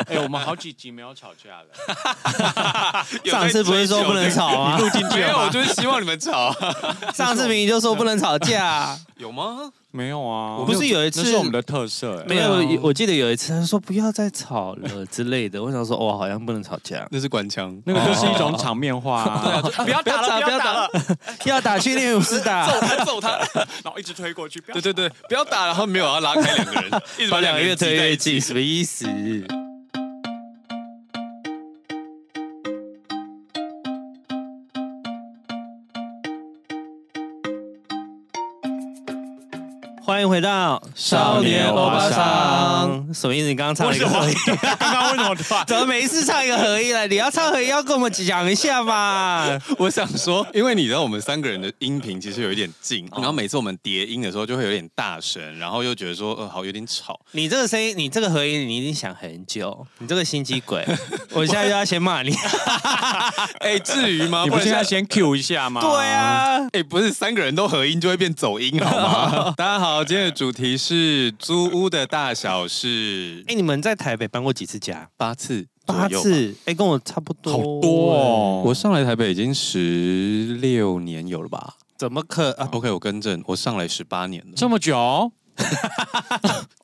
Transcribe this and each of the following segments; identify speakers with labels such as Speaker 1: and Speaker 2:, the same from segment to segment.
Speaker 1: 哎、我们好几集没有吵架了，
Speaker 2: 有在
Speaker 3: 上次不是说不能吵吗？
Speaker 2: 追求？没有，我就是希望你们吵。
Speaker 3: 上次明明就说不能吵架， 啊
Speaker 2: 有吗？
Speaker 1: 没有啊，
Speaker 3: 不是有一
Speaker 1: 那
Speaker 3: 次
Speaker 1: 是我们的特色、哎
Speaker 3: 没有
Speaker 2: 对啊？
Speaker 3: 我记得有一次他说不要再吵了之类的，我想说哦，好像不能吵架，
Speaker 2: 那是官腔，
Speaker 1: 那个就是一种场面话、啊。
Speaker 3: 哦
Speaker 2: 不要打了，不要打了，
Speaker 3: 要打去练武室打，
Speaker 2: 他 揍他。
Speaker 1: 然后一直推过去。
Speaker 2: 对对对，不要打了，他没有要拉开两个 人，一直把
Speaker 3: 把
Speaker 2: 两
Speaker 3: 两个
Speaker 2: 个
Speaker 3: 越
Speaker 2: 人
Speaker 3: 推
Speaker 2: 挤在
Speaker 3: 越
Speaker 2: 一起。
Speaker 3: 近，什么意思？欢迎回到
Speaker 1: 少年欧巴
Speaker 3: 桑，什么意思？你刚刚唱了一个合音，
Speaker 1: 刚刚为什么突然？
Speaker 3: 怎么每一次唱一个合一了？你要唱合一要跟我们讲一下嘛？
Speaker 2: 我想说，因为你知道我们三个人的音频其实有一点近，然后每次我们叠音的时候就会有点大声，然后又觉得说，呃，好有点吵。
Speaker 3: 你这个声音，你这个合音，你已经想很久，你这个心机鬼，我现在就要先骂你。
Speaker 2: 哎，至于
Speaker 3: 啊
Speaker 2: 吗
Speaker 1: 你不现在先 Q 一下吗？
Speaker 3: 对啊，
Speaker 2: 哎、不是三个人都合音就会变走音好吗？大家 好，今天的主题是租屋的大小是
Speaker 3: 哎、你们在台北搬过几次家？
Speaker 2: 八次左
Speaker 3: 八
Speaker 2: 右吧。
Speaker 3: 次，哎、跟我差不多。
Speaker 1: 好多哦。
Speaker 2: 我上来台北已经十六年有了吧
Speaker 3: 怎么可啊？
Speaker 2: ？OK，我更正，我上来十八年了。
Speaker 1: 这么 久？哦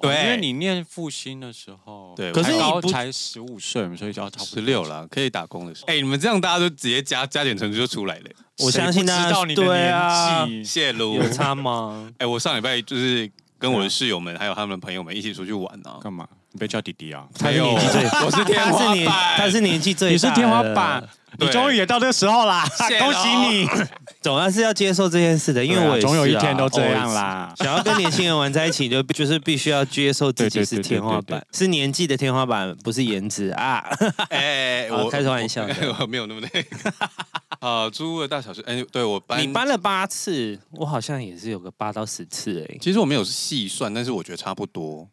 Speaker 2: 对
Speaker 1: 因为你念复兴的时候，
Speaker 2: 对
Speaker 1: 才
Speaker 3: 可是你
Speaker 1: 高
Speaker 3: 不
Speaker 1: 才十五岁，所以就要差不多
Speaker 2: 十六。了，可以打工的时候。哎、你们这样大家都直接加加减乘除就出来了。
Speaker 3: 我相信大
Speaker 1: 谁
Speaker 3: 家
Speaker 1: 不知道你的
Speaker 3: 对啊，
Speaker 1: 年纪，
Speaker 2: 谢卢，
Speaker 3: 有
Speaker 2: 哎、
Speaker 3: 差啊吗？
Speaker 2: 我上礼拜就是跟我的室友们还有他们的朋友们一起出去玩啊。
Speaker 1: 干嘛？你被叫弟弟啊？
Speaker 3: 他是年纪 最，
Speaker 2: 我是天花
Speaker 3: 他是
Speaker 2: 板
Speaker 3: 年，他是年纪最大，
Speaker 1: 你是天花板，，
Speaker 2: 对
Speaker 1: 你终于也到这个时候啦，
Speaker 2: 谢咯
Speaker 1: 恭喜你！
Speaker 3: 总要是要接受这件事哦的，因为我也是啊
Speaker 1: 总有一天都这样。啦
Speaker 3: always。想要跟年轻人玩在一起，就就是必须要接受自己
Speaker 1: 对对
Speaker 3: 是
Speaker 1: 对对
Speaker 3: 天花
Speaker 1: 对对
Speaker 3: 板，是年纪的天花板，不是颜值啊。
Speaker 2: 哎、
Speaker 3: 好
Speaker 2: 我
Speaker 3: 开玩笑的
Speaker 2: 我我没有那么累。啊，租屋的大小是，哎、对我搬，
Speaker 3: 你搬了八次，我好像也是有个八到十次哎、
Speaker 2: 其实我没有细算，但是我觉得差不多。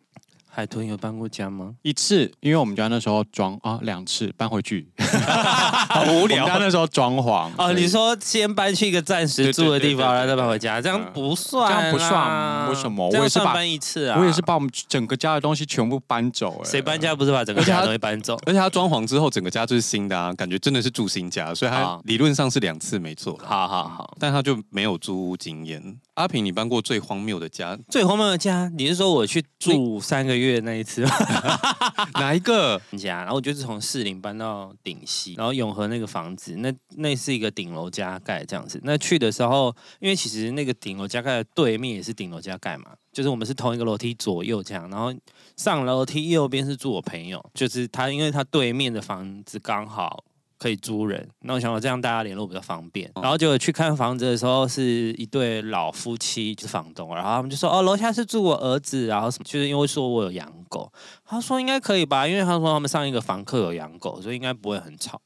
Speaker 3: 海豚有搬过家吗？
Speaker 1: 一次，因为我们家那时候装啊，两次搬 回去，
Speaker 2: 好无
Speaker 1: 我们家那时候装潢
Speaker 3: 哦，
Speaker 1: 所以
Speaker 3: 你说先搬去一个暂时住的地方，然
Speaker 2: 对对对对对
Speaker 3: 后再搬回家，这样不算啦，啊
Speaker 1: 这样不算为什么
Speaker 3: 这
Speaker 1: 我
Speaker 3: 样
Speaker 1: 也是把
Speaker 3: 算搬一次啊，
Speaker 1: 我也是把我们整个家的东西全部搬走，哎
Speaker 3: 谁搬？家不是把整个家的东西搬走？
Speaker 2: 而且他装潢之后，整个家就是新的啊，感觉真的是住新家，所以他
Speaker 3: 好
Speaker 2: 理论上是两次没错啦
Speaker 3: 好好啊好，
Speaker 2: 但他就没有租屋经验。阿平，你搬过最荒谬的家
Speaker 3: 最荒谬的家，你是说我去住三个月那一次吗啊
Speaker 2: 哪一个？
Speaker 3: 家，然后我就是从士林搬到顶溪，然后永和那个房子，那那是一个顶楼加盖这样子。那去的时候，因为其实那个顶楼加盖的对面也是顶楼加盖嘛，就是我们是同一个楼梯左右这样，然后上楼梯右边是住我朋友，就是他，因为他对面的房子刚好。可以租人，那我想我这样大家联络比较方便。
Speaker 1: 哦
Speaker 3: 然后结果去看房子的时候，是一对老夫妻，就是房东，然后他们就说：“哦，楼下是住我儿子，啊然后什么，就是因为说我有养狗。”他说应该可以吧，因为他说他们上一个房客有养狗，所以应该不会很吵。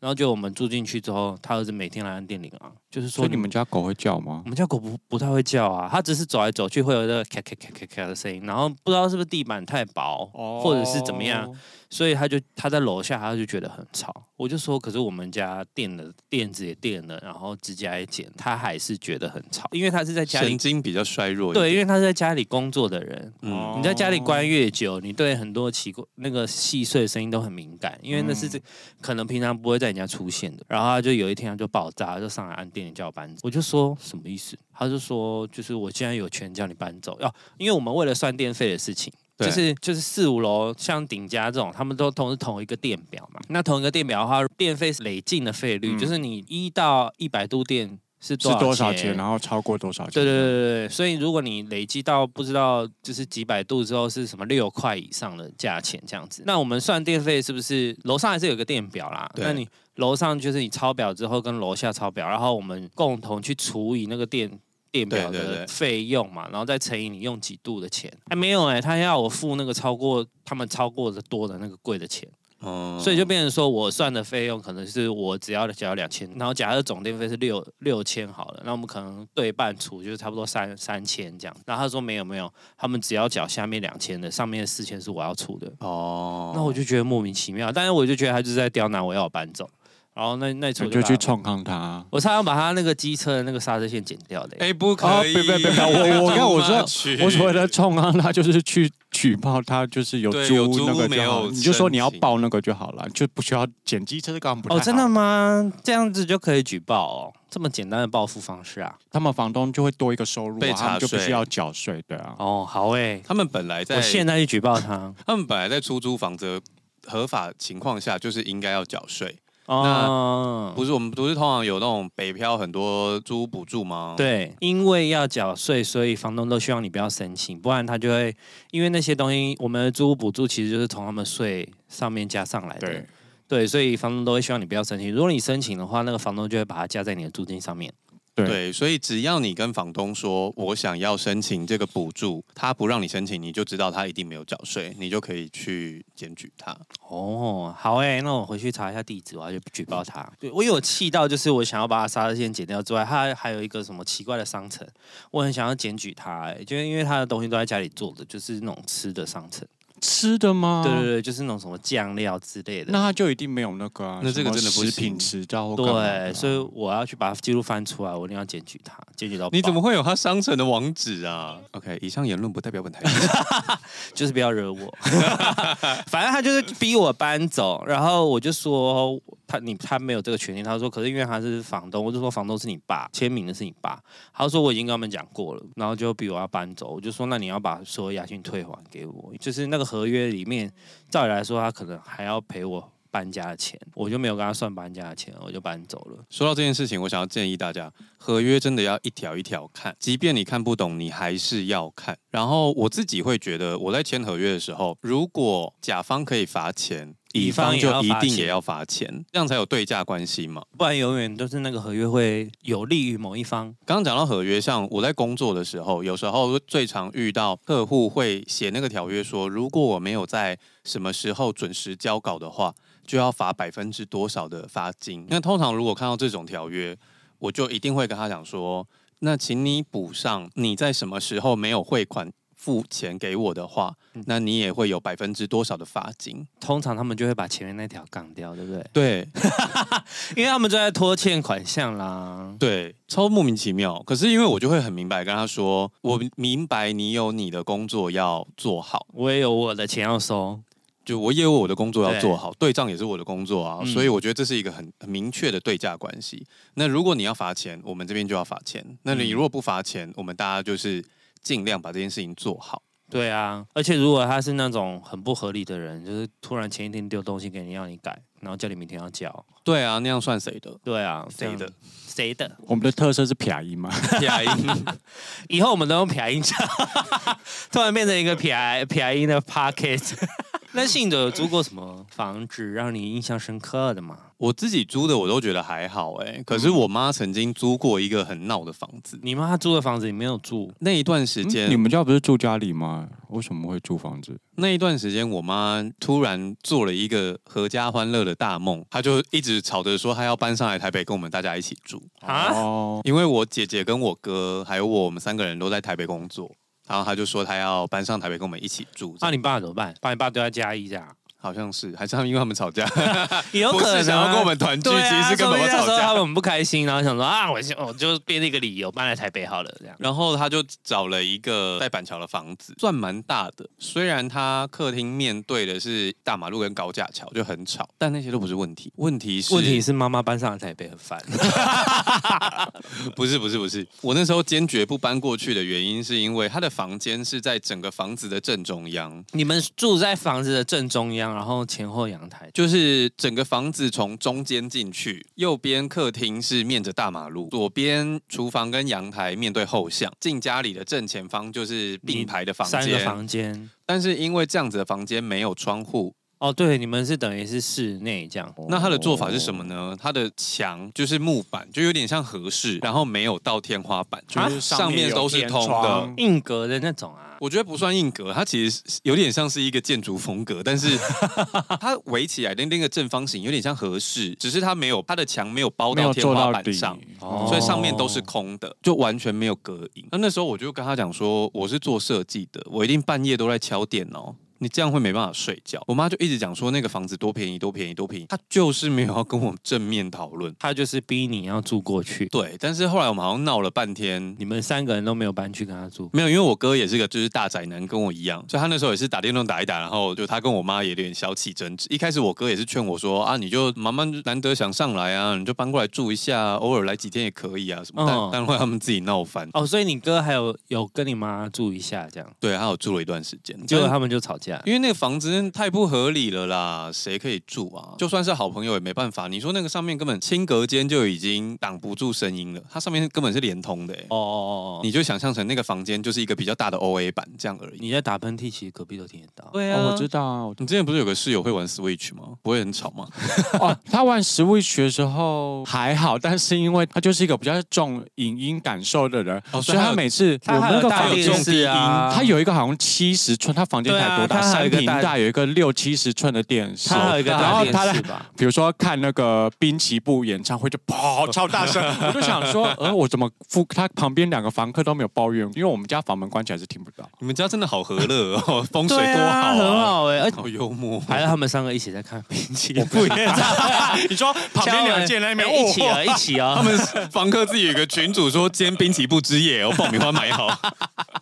Speaker 3: 然后就我们住进去之后，他儿子每天来按电铃啊，就是
Speaker 1: 所
Speaker 3: 说
Speaker 1: 以你们家狗会叫吗
Speaker 3: 我？们家狗不不太会叫啊，它只是走来走去会有那个咔咔咔咔咔的声音，然后不知道是不是地板太薄，
Speaker 1: 哦
Speaker 3: 或者是怎么样，？所以他就他在楼下，他就觉得很吵。我就说，可是我们家垫了垫子也垫了，然后指甲也剪，他还是觉得很吵，因为他是在家
Speaker 2: 神
Speaker 3: 里
Speaker 2: 经比较衰弱。
Speaker 3: 对，，因为他哦是在家里工作的人，
Speaker 2: 嗯，
Speaker 3: 你在家
Speaker 1: 哦
Speaker 3: 里关越久，你对很多奇怪那个细碎的声音都很敏感，因为那
Speaker 1: 嗯
Speaker 3: 是这、可能平常不会在你家出现的。然后他就有一天他就爆炸，就上来按电铃叫我搬走。我就说什么意思？他就说就是我现在有权叫你搬走，要、因为我们为了算电费的事情。
Speaker 2: 对
Speaker 3: 就是就是四五楼像顶家这种，他们都同是同一个电表嘛。那同一个电表的话，电费是累进的费率，
Speaker 1: 嗯
Speaker 3: 就是你一到一百度电是
Speaker 1: 哦是
Speaker 3: 多
Speaker 1: 多少钱？然后超过多少钱？
Speaker 3: 对对对对对，所以如果你累积到不知道就是几百度之后是什么六块以上的价钱这样子，那我们算电费是不是楼上还是有个电表啦？
Speaker 2: 对
Speaker 3: 那你楼上就是你抄表之后跟楼下抄表，然后我们共同去除以那个电。电表
Speaker 2: 对对
Speaker 3: 的
Speaker 2: 对
Speaker 3: 费用嘛，然后再乘以你用几度的钱，还没有哎、他要我付那个超过他们超过的多的那个贵的钱，
Speaker 1: 哦
Speaker 2: 嗯
Speaker 3: 所以就变成说我算的费用可能是我只要只要两千，然后假设总电费是六六千好了，那我们可能对半除就是差不多三三千这样。然后他说没有没有，他们只要缴下面两千的，上面四千是我要出的。
Speaker 2: 哦
Speaker 3: 那我就觉得莫名其妙，但是我就觉得他就是在刁难我要我搬走。然后那那一次
Speaker 1: 你
Speaker 3: 我
Speaker 1: 就去
Speaker 3: 把
Speaker 1: 冲抗他。
Speaker 3: 我差点把他那个机车的那个刹车线剪掉的、
Speaker 2: 哎，不
Speaker 1: 哦
Speaker 2: 可以！
Speaker 1: 别别别别我 我
Speaker 2: Too
Speaker 1: 看我说
Speaker 2: much
Speaker 1: 我所谓的冲抗他，就是去举报他，就是有
Speaker 2: 对
Speaker 1: 租
Speaker 2: 有租
Speaker 1: 那个
Speaker 2: 没
Speaker 1: 就好
Speaker 2: 有
Speaker 1: 了，你就说你要
Speaker 2: 申请
Speaker 1: 报那个就好了，就不需要捡机车，这个好像不太
Speaker 3: 哦，真
Speaker 1: 好
Speaker 3: 的吗？这样子就可以举报哦？这么简单的报复方式啊？
Speaker 1: 他们房东就会多一个收入、
Speaker 2: 被
Speaker 1: 啊，他
Speaker 2: 查
Speaker 1: 们就必
Speaker 2: 税
Speaker 1: 须要缴税，对啊。
Speaker 3: 哦，好诶、
Speaker 2: 他们本来在
Speaker 3: 我现在去举报 他。
Speaker 2: 他们本来在出租房子的合法情况下，就是应该要缴税。
Speaker 3: 哦，
Speaker 2: 不是我们不是通常有那种北漂很多租补助吗？，
Speaker 3: 对，哦因为要缴税，所以房东都希望你不要申请，不然他就会因为那些东西，我们的租屋补助其实就是从他们税上面加上来的。
Speaker 1: 对，
Speaker 3: 对，所以房东都会希望你不要申请。如果你申请的话，那个房东就会把它加在你的租金上面。
Speaker 1: 对
Speaker 2: 对，所以只要你跟房东说我想要申请这个补助，他不让你申请，你就知道他一定没有缴税，你就可以去检举他。
Speaker 3: 哦，好诶、那我回去查一下地址，我要去举报他。对我有气到，就是我想要把他刹车线剪掉之外，他还有一个什么奇怪的商城，我很想要检举他、欸，就是因为他的东西都在家里做的，就是那种吃的商城。
Speaker 1: 吃的吗？
Speaker 3: 对对对，就是那种什么酱料之类的。
Speaker 1: 那他就一定没有那个、啊，
Speaker 2: 那这个
Speaker 1: 什么
Speaker 2: 真的不
Speaker 1: 食
Speaker 2: 行
Speaker 1: 品执照或干嘛的啊
Speaker 3: 对，所以我要去把记录翻出来，我一定要检举他，检举到
Speaker 2: 你怎么
Speaker 3: 爆
Speaker 2: 会有他商城的网址啊？OK，以上言论不代表本台立场。
Speaker 3: 就是不要惹我， 反正他就是逼我搬走，然后我就说他你他没有这个权利，他说可是因为他是房东，我就说房东是你爸，签名的是你爸，他说我已经跟他们讲过了，然后就逼我要搬走，我就说那你要把所有押金退还给我，就是那个合约里面，照理来说他可能还要赔我。搬家的钱，我就没有跟他算搬家的钱，我就搬走了。
Speaker 2: 说到这件事情，我想要建议大家，合约真的要一条一条看，即便你看不懂，你还是要看。然后我自己会觉得，我在签合约的时候，如果甲方可以罚钱，
Speaker 3: 乙
Speaker 2: 乙
Speaker 3: 方
Speaker 2: 方
Speaker 3: 也
Speaker 2: 就
Speaker 3: 要
Speaker 2: 一
Speaker 3: 罚
Speaker 2: 定
Speaker 3: 钱
Speaker 2: 也要罚钱，这样才有对价关系嘛。
Speaker 3: 不然永远都是那个合约会有利于某一方。
Speaker 2: 刚刚讲到合约，像我在工作的时候，有时候最常遇到客户会写那个条约说，如果我没有在什么时候准时交稿的话，就要罚百分之多少的罚金。那通常如果看到这种条约，我就一定会跟他讲说，那请你补上你在什么时候没有汇款付钱给我的话，那你也会有百分之多少的罚金。
Speaker 3: 通常他们就会把前面那条杠掉，对不对？
Speaker 2: 对，
Speaker 3: 因为他们就在拖欠款项啦。
Speaker 2: 对，超莫名其妙。可是因为我就会很明白跟他说，我明白你有你的工作要做好，
Speaker 3: 我也有我的钱要收，
Speaker 2: 就我也有我的工作要做好，对账也是我的工作啊，
Speaker 3: 嗯
Speaker 2: 所以我觉得这是一个很很明确的对价关系。那如果你要罚钱，我们这边就要罚钱；那你如果不罚钱，我们大家就是尽量把这件事情做好。
Speaker 3: 对啊。而且如果他是那种很不合理的人，就是突然前一天丢东西给你，让你改，然后叫你明天要交。
Speaker 2: 对啊，那样算谁的？
Speaker 3: 对啊，这
Speaker 2: 谁
Speaker 3: 样
Speaker 2: 的？
Speaker 3: 谁的？
Speaker 1: 我们的特色是便宜嘛，
Speaker 2: 假音
Speaker 3: 以后我们都用撇音讲， 突然变成一个撇撇音的 pocket。那 信者有租过什么房子让你印象深刻的吗？
Speaker 2: 我自己租的我都觉得还好哎、可是我妈曾经租过一个很闹的房子，
Speaker 3: 你妈租的房子你没有住，
Speaker 2: 那一段时间、
Speaker 1: 你们家不是住家里吗？为什么会租房子？
Speaker 2: 那一段时间，我妈突然做了一个合家欢乐的大梦，她就一直吵着说她要搬上来台北跟我们大家一起住，
Speaker 3: 啊
Speaker 1: 哦，
Speaker 2: 因为我姐姐跟我哥还有我，我们三个人都在台北工作，然后她就说她要搬上台北跟我们一起住，
Speaker 3: 那、啊你爸怎么办？把你爸丢在嘉义这 样，
Speaker 2: 好像是还是他们因为他们吵架，
Speaker 3: 也有
Speaker 2: 不
Speaker 3: 可
Speaker 2: 是
Speaker 3: 能啊
Speaker 2: 想要跟我
Speaker 3: 们
Speaker 2: 们团聚，
Speaker 3: 对
Speaker 2: 其
Speaker 3: 啊，
Speaker 2: 实是跟
Speaker 3: 说
Speaker 2: 爸
Speaker 3: 不定
Speaker 2: 爸
Speaker 3: 那
Speaker 2: 吵
Speaker 3: 时候
Speaker 2: 架。
Speaker 3: 他们不开心，然后想说啊，我就我就编了一个理由搬来台北好了，这样。
Speaker 2: 然后她就找了一个在板桥的房子，算蛮大的。虽然她客厅面对的是大马路跟高架桥，就很吵，但那些都不是问题。问题是，
Speaker 3: 问题是妈妈搬上来台北很烦，
Speaker 2: 不是不是不是，我那时候坚决不搬过去的原因，是因为他的房间是在整个房子的正中央，
Speaker 3: 你们住在房子的正中央，然后前后阳台，
Speaker 2: 就是整个房子从中间进去，右边客厅是面着大马路，左边厨房跟阳台面对后巷，进家里的正前方就是并排的房
Speaker 3: 嗯三个
Speaker 2: 间。
Speaker 3: 房间。
Speaker 2: 但是因为这样子的房间没有窗户，
Speaker 3: 哦，对，你们是等于是室内这样。
Speaker 2: 那
Speaker 1: 哦
Speaker 2: 他的做法是什么？呢？他的墙就是木板，就有点像和室，然后没有到天花板，就
Speaker 1: 就是
Speaker 2: 上面
Speaker 1: 有
Speaker 2: 都是
Speaker 1: 天
Speaker 2: 通的
Speaker 1: 窗。
Speaker 3: 硬格的那种啊，
Speaker 2: 我觉得不算硬格，它其实是有点像是一个建筑风格，但 是它围起来的那个正方形有点像合适，只是它没有它的墙没有包
Speaker 1: 没
Speaker 2: 到
Speaker 1: 哦有
Speaker 2: 天
Speaker 1: 做
Speaker 2: 花
Speaker 1: 到
Speaker 2: 板
Speaker 1: 底
Speaker 2: 上，
Speaker 3: 哦
Speaker 2: 所以上面都是空的，就完全没有隔音。那那时候我就跟他讲说，我是做设计的，我一定半夜都在敲电脑，你这样会没办法睡觉。我妈就一直讲说那个房子多便宜，多便宜，多便宜，她就是没有要跟我正面讨论。
Speaker 3: 他就是逼你要住过去，
Speaker 2: 对，但是后来我们好像闹了半天，
Speaker 3: 你们三个人都没有搬去跟他住，
Speaker 2: 没有，因为我哥也是个就是大宅男，跟我一样，所以他那时候也是打电动打一打，然后就他跟我妈也有点小起争执。一开始我哥也是劝我说啊，你就慢慢难得想上来啊，你就搬过来住一下，啊偶尔来几天也可以啊什么。但、
Speaker 3: 嗯
Speaker 2: 但后来他们自己闹翻，
Speaker 3: 哦，所以你哥还有有跟你妈住一下这样，
Speaker 2: 对，还有住了一段时间，
Speaker 3: 结
Speaker 2: 但
Speaker 3: 果他们就吵架。
Speaker 2: 因为那个房子真的太不合理了啦，谁可以住啊？就算是好朋友也没办法。你说那个上面根本轻隔间就已经挡不住声音了，它上面根本是连通的、欸。
Speaker 3: 哦哦哦哦，
Speaker 2: 你就想象成那个房间就是一个比较大的 O A 板这样而已。
Speaker 3: 你在打喷嚏，其实隔壁都听得到。
Speaker 2: 对
Speaker 1: 哦，我知道 啊，我
Speaker 2: 你之前不是有个室友会玩 Switch 吗？不会很吵吗？
Speaker 1: 哦，他玩 Switch 的时候还好，但是因为他就是一个比较重影音感受的人，
Speaker 2: 哦所
Speaker 1: 所
Speaker 2: 以
Speaker 1: 以
Speaker 2: 他有
Speaker 1: 他每次
Speaker 3: 他还
Speaker 1: 那
Speaker 3: 有
Speaker 1: 个
Speaker 3: 大
Speaker 1: 房
Speaker 2: 有
Speaker 1: 间
Speaker 2: 重
Speaker 3: 电
Speaker 2: 低
Speaker 3: 视啊，
Speaker 1: 他有一个好像七十寸，他房间
Speaker 3: 对啊
Speaker 1: 才多大？
Speaker 3: 他还有一
Speaker 1: 三
Speaker 3: 个
Speaker 1: 平
Speaker 3: 大
Speaker 1: 大，有一个六七十寸的电视，
Speaker 3: 他还有一个大
Speaker 1: 然后他
Speaker 3: 电视
Speaker 1: 在
Speaker 3: 吧，
Speaker 1: 比如说看那个滨崎步演唱会就跑超大 声，我就想说，呃，我怎么附他旁边两个房客都没有抱怨，因为我们家房门关起来是听不 到。
Speaker 2: 你们家真的好和乐 哦，风水
Speaker 3: 对
Speaker 2: 多好、哦
Speaker 3: 啊，很，好哎，而且
Speaker 2: 好幽默。
Speaker 3: 还有他们三个一起 在看冰淇淋，
Speaker 1: 你说旁边两件那边
Speaker 3: 哎 一
Speaker 1: 哦，
Speaker 3: 起啊，一起啊，
Speaker 2: 他们房客自己有一个群主说，今天滨崎步之夜哦，爆米花买好。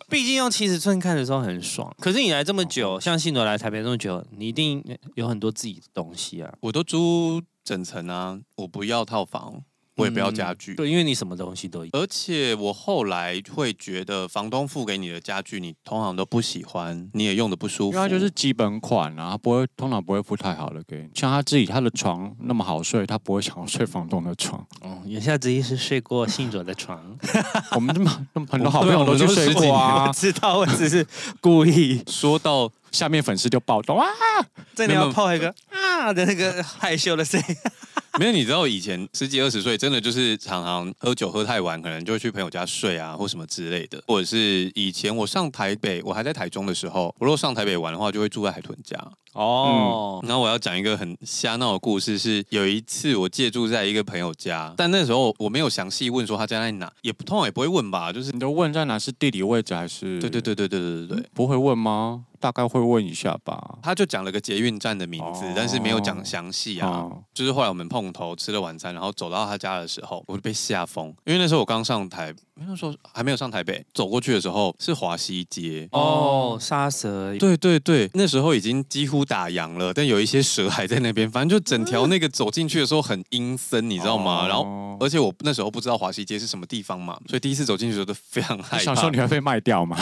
Speaker 3: 毕竟用七十寸看的时候很爽，可是你来这么
Speaker 2: 哦
Speaker 3: 久，像信德来台北这么久，你一定有很多自己的东西啊。
Speaker 2: 我都租整层啊，我不要套房，我也不要家具。
Speaker 3: 嗯对，因为你什么东西都有。
Speaker 2: 而且我后来会觉得，房东付给你的家具，你通常都不喜欢，你也用的不舒
Speaker 1: 因
Speaker 2: 服。
Speaker 1: 为它就是基本款啊，它不会通常不会付太好的给你。像他自己他的床那么好睡，他不会想要睡房东的 床。
Speaker 2: 哦
Speaker 3: 嗯，言下之意是睡过信卓的床，
Speaker 1: 我们这么那么很多好
Speaker 2: 对
Speaker 1: 朋
Speaker 2: 啊
Speaker 1: 友
Speaker 2: 我
Speaker 1: 都
Speaker 2: 们
Speaker 1: 去
Speaker 2: 都
Speaker 1: 睡
Speaker 2: 十几
Speaker 1: 过啊
Speaker 3: 我，知道，我只是故意
Speaker 2: 说到
Speaker 1: 下面粉丝就暴动啊，
Speaker 3: 真
Speaker 2: 的要
Speaker 3: 泡一个啊的那个 害羞 的声音。
Speaker 2: 没有，你知道以前十几二十岁，真的就是常常喝酒喝太晚，可能就会去朋友家睡啊，或什么之类的。或者是以前我上台北，我还在台中的时候，我如果上台北玩的话，就会住在海豚家。
Speaker 3: 哦，
Speaker 2: 然后我要讲一个很瞎闹的故事是，有一次我借住在一个朋友家，但那时候我没有详细问说他家在哪，也不通常也不会问吧，就是
Speaker 1: 你都问在哪是地理位置还是？
Speaker 2: 对对，对对对对对对。
Speaker 1: 不会问吗？大概会问一下吧。
Speaker 2: 他就讲了个捷运站的名字，
Speaker 1: 哦
Speaker 2: 但是没有讲详细啊。
Speaker 1: 哦
Speaker 2: 就是后来我们碰头吃了晚餐，然后走到他家的时候，我就被吓疯，因为那时候我刚上台，那时候还没有上台北，走过去的时候是华西街。
Speaker 3: 哦，杀蛇，
Speaker 2: 对对对，那时候已经几乎打烊了，但有一些蛇还在那边。反正就整条那个走进去的时候很阴森，你知道吗？
Speaker 1: 哦
Speaker 2: 然后，而且我那时候不知道华西街是什么地方嘛，所以第一次走进去的时候都非常害怕。
Speaker 1: 你想说你会被卖掉吗？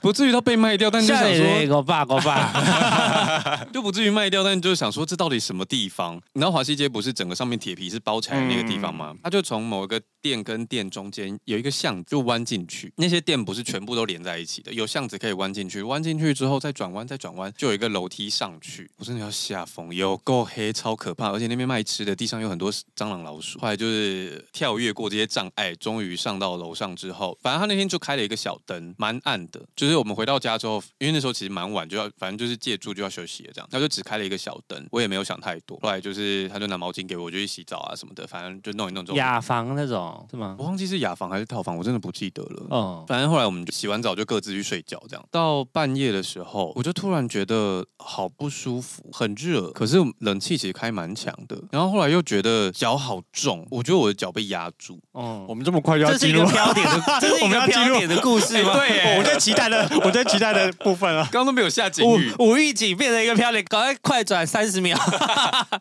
Speaker 2: 不至于到被卖掉，但就
Speaker 3: 吓
Speaker 2: 想
Speaker 3: 你
Speaker 2: 说
Speaker 1: 欸
Speaker 3: 嘞，我爸，我 爸，
Speaker 2: 就不至于卖掉，但就想说这到底什么地方？你知道华西街不是整个上面铁皮是包起来的那个地方吗？它就从某个店跟店中间有一个巷就弯进去，那些店不是全部都连在一起的，有巷子可以弯进去，弯进去之后再转弯，再转弯就有一个楼梯上去，我真的要吓疯，有够黑，超可怕，而且那边卖吃的，地上有很多蟑螂、老鼠。后来就是跳跃过这些障碍，终于上到楼上之后，反正他那天就开了一个小灯，蛮暗的。就是我们回到家之后，因为那时候其实蛮晚，就要反正就是借住就要休息了这样，他就只开了一个小灯，我也没有想太多。后来就是他就拿毛巾给我，我就去洗澡啊什么的，反正就弄一弄之后，
Speaker 3: 雅房那种是吗
Speaker 2: 我？忘记是雅房还是套房，我真的不记得了。
Speaker 1: 嗯
Speaker 3: 哦，
Speaker 2: 反正后来我们就洗完澡就各自去睡觉，这样到半夜的时候，我就突然觉得好不舒服，很热，可是冷气其实开蛮强的。然后后来又觉得脚好重，我觉得我的脚被压住。
Speaker 1: 我
Speaker 3: 哦，
Speaker 1: 们这么快就要
Speaker 3: 这是
Speaker 1: 进
Speaker 3: 一
Speaker 1: 入
Speaker 3: 个标点 的，这是
Speaker 1: 嗯我
Speaker 3: 一
Speaker 1: 们
Speaker 3: 个
Speaker 1: 要进入哎
Speaker 3: 标点的故事吗？哦
Speaker 1: 我在期待 的，我在期待的部分啊。
Speaker 2: 刚刚都没有下警语，
Speaker 3: 五五预警变成一个漂亮，赶快快转三十秒。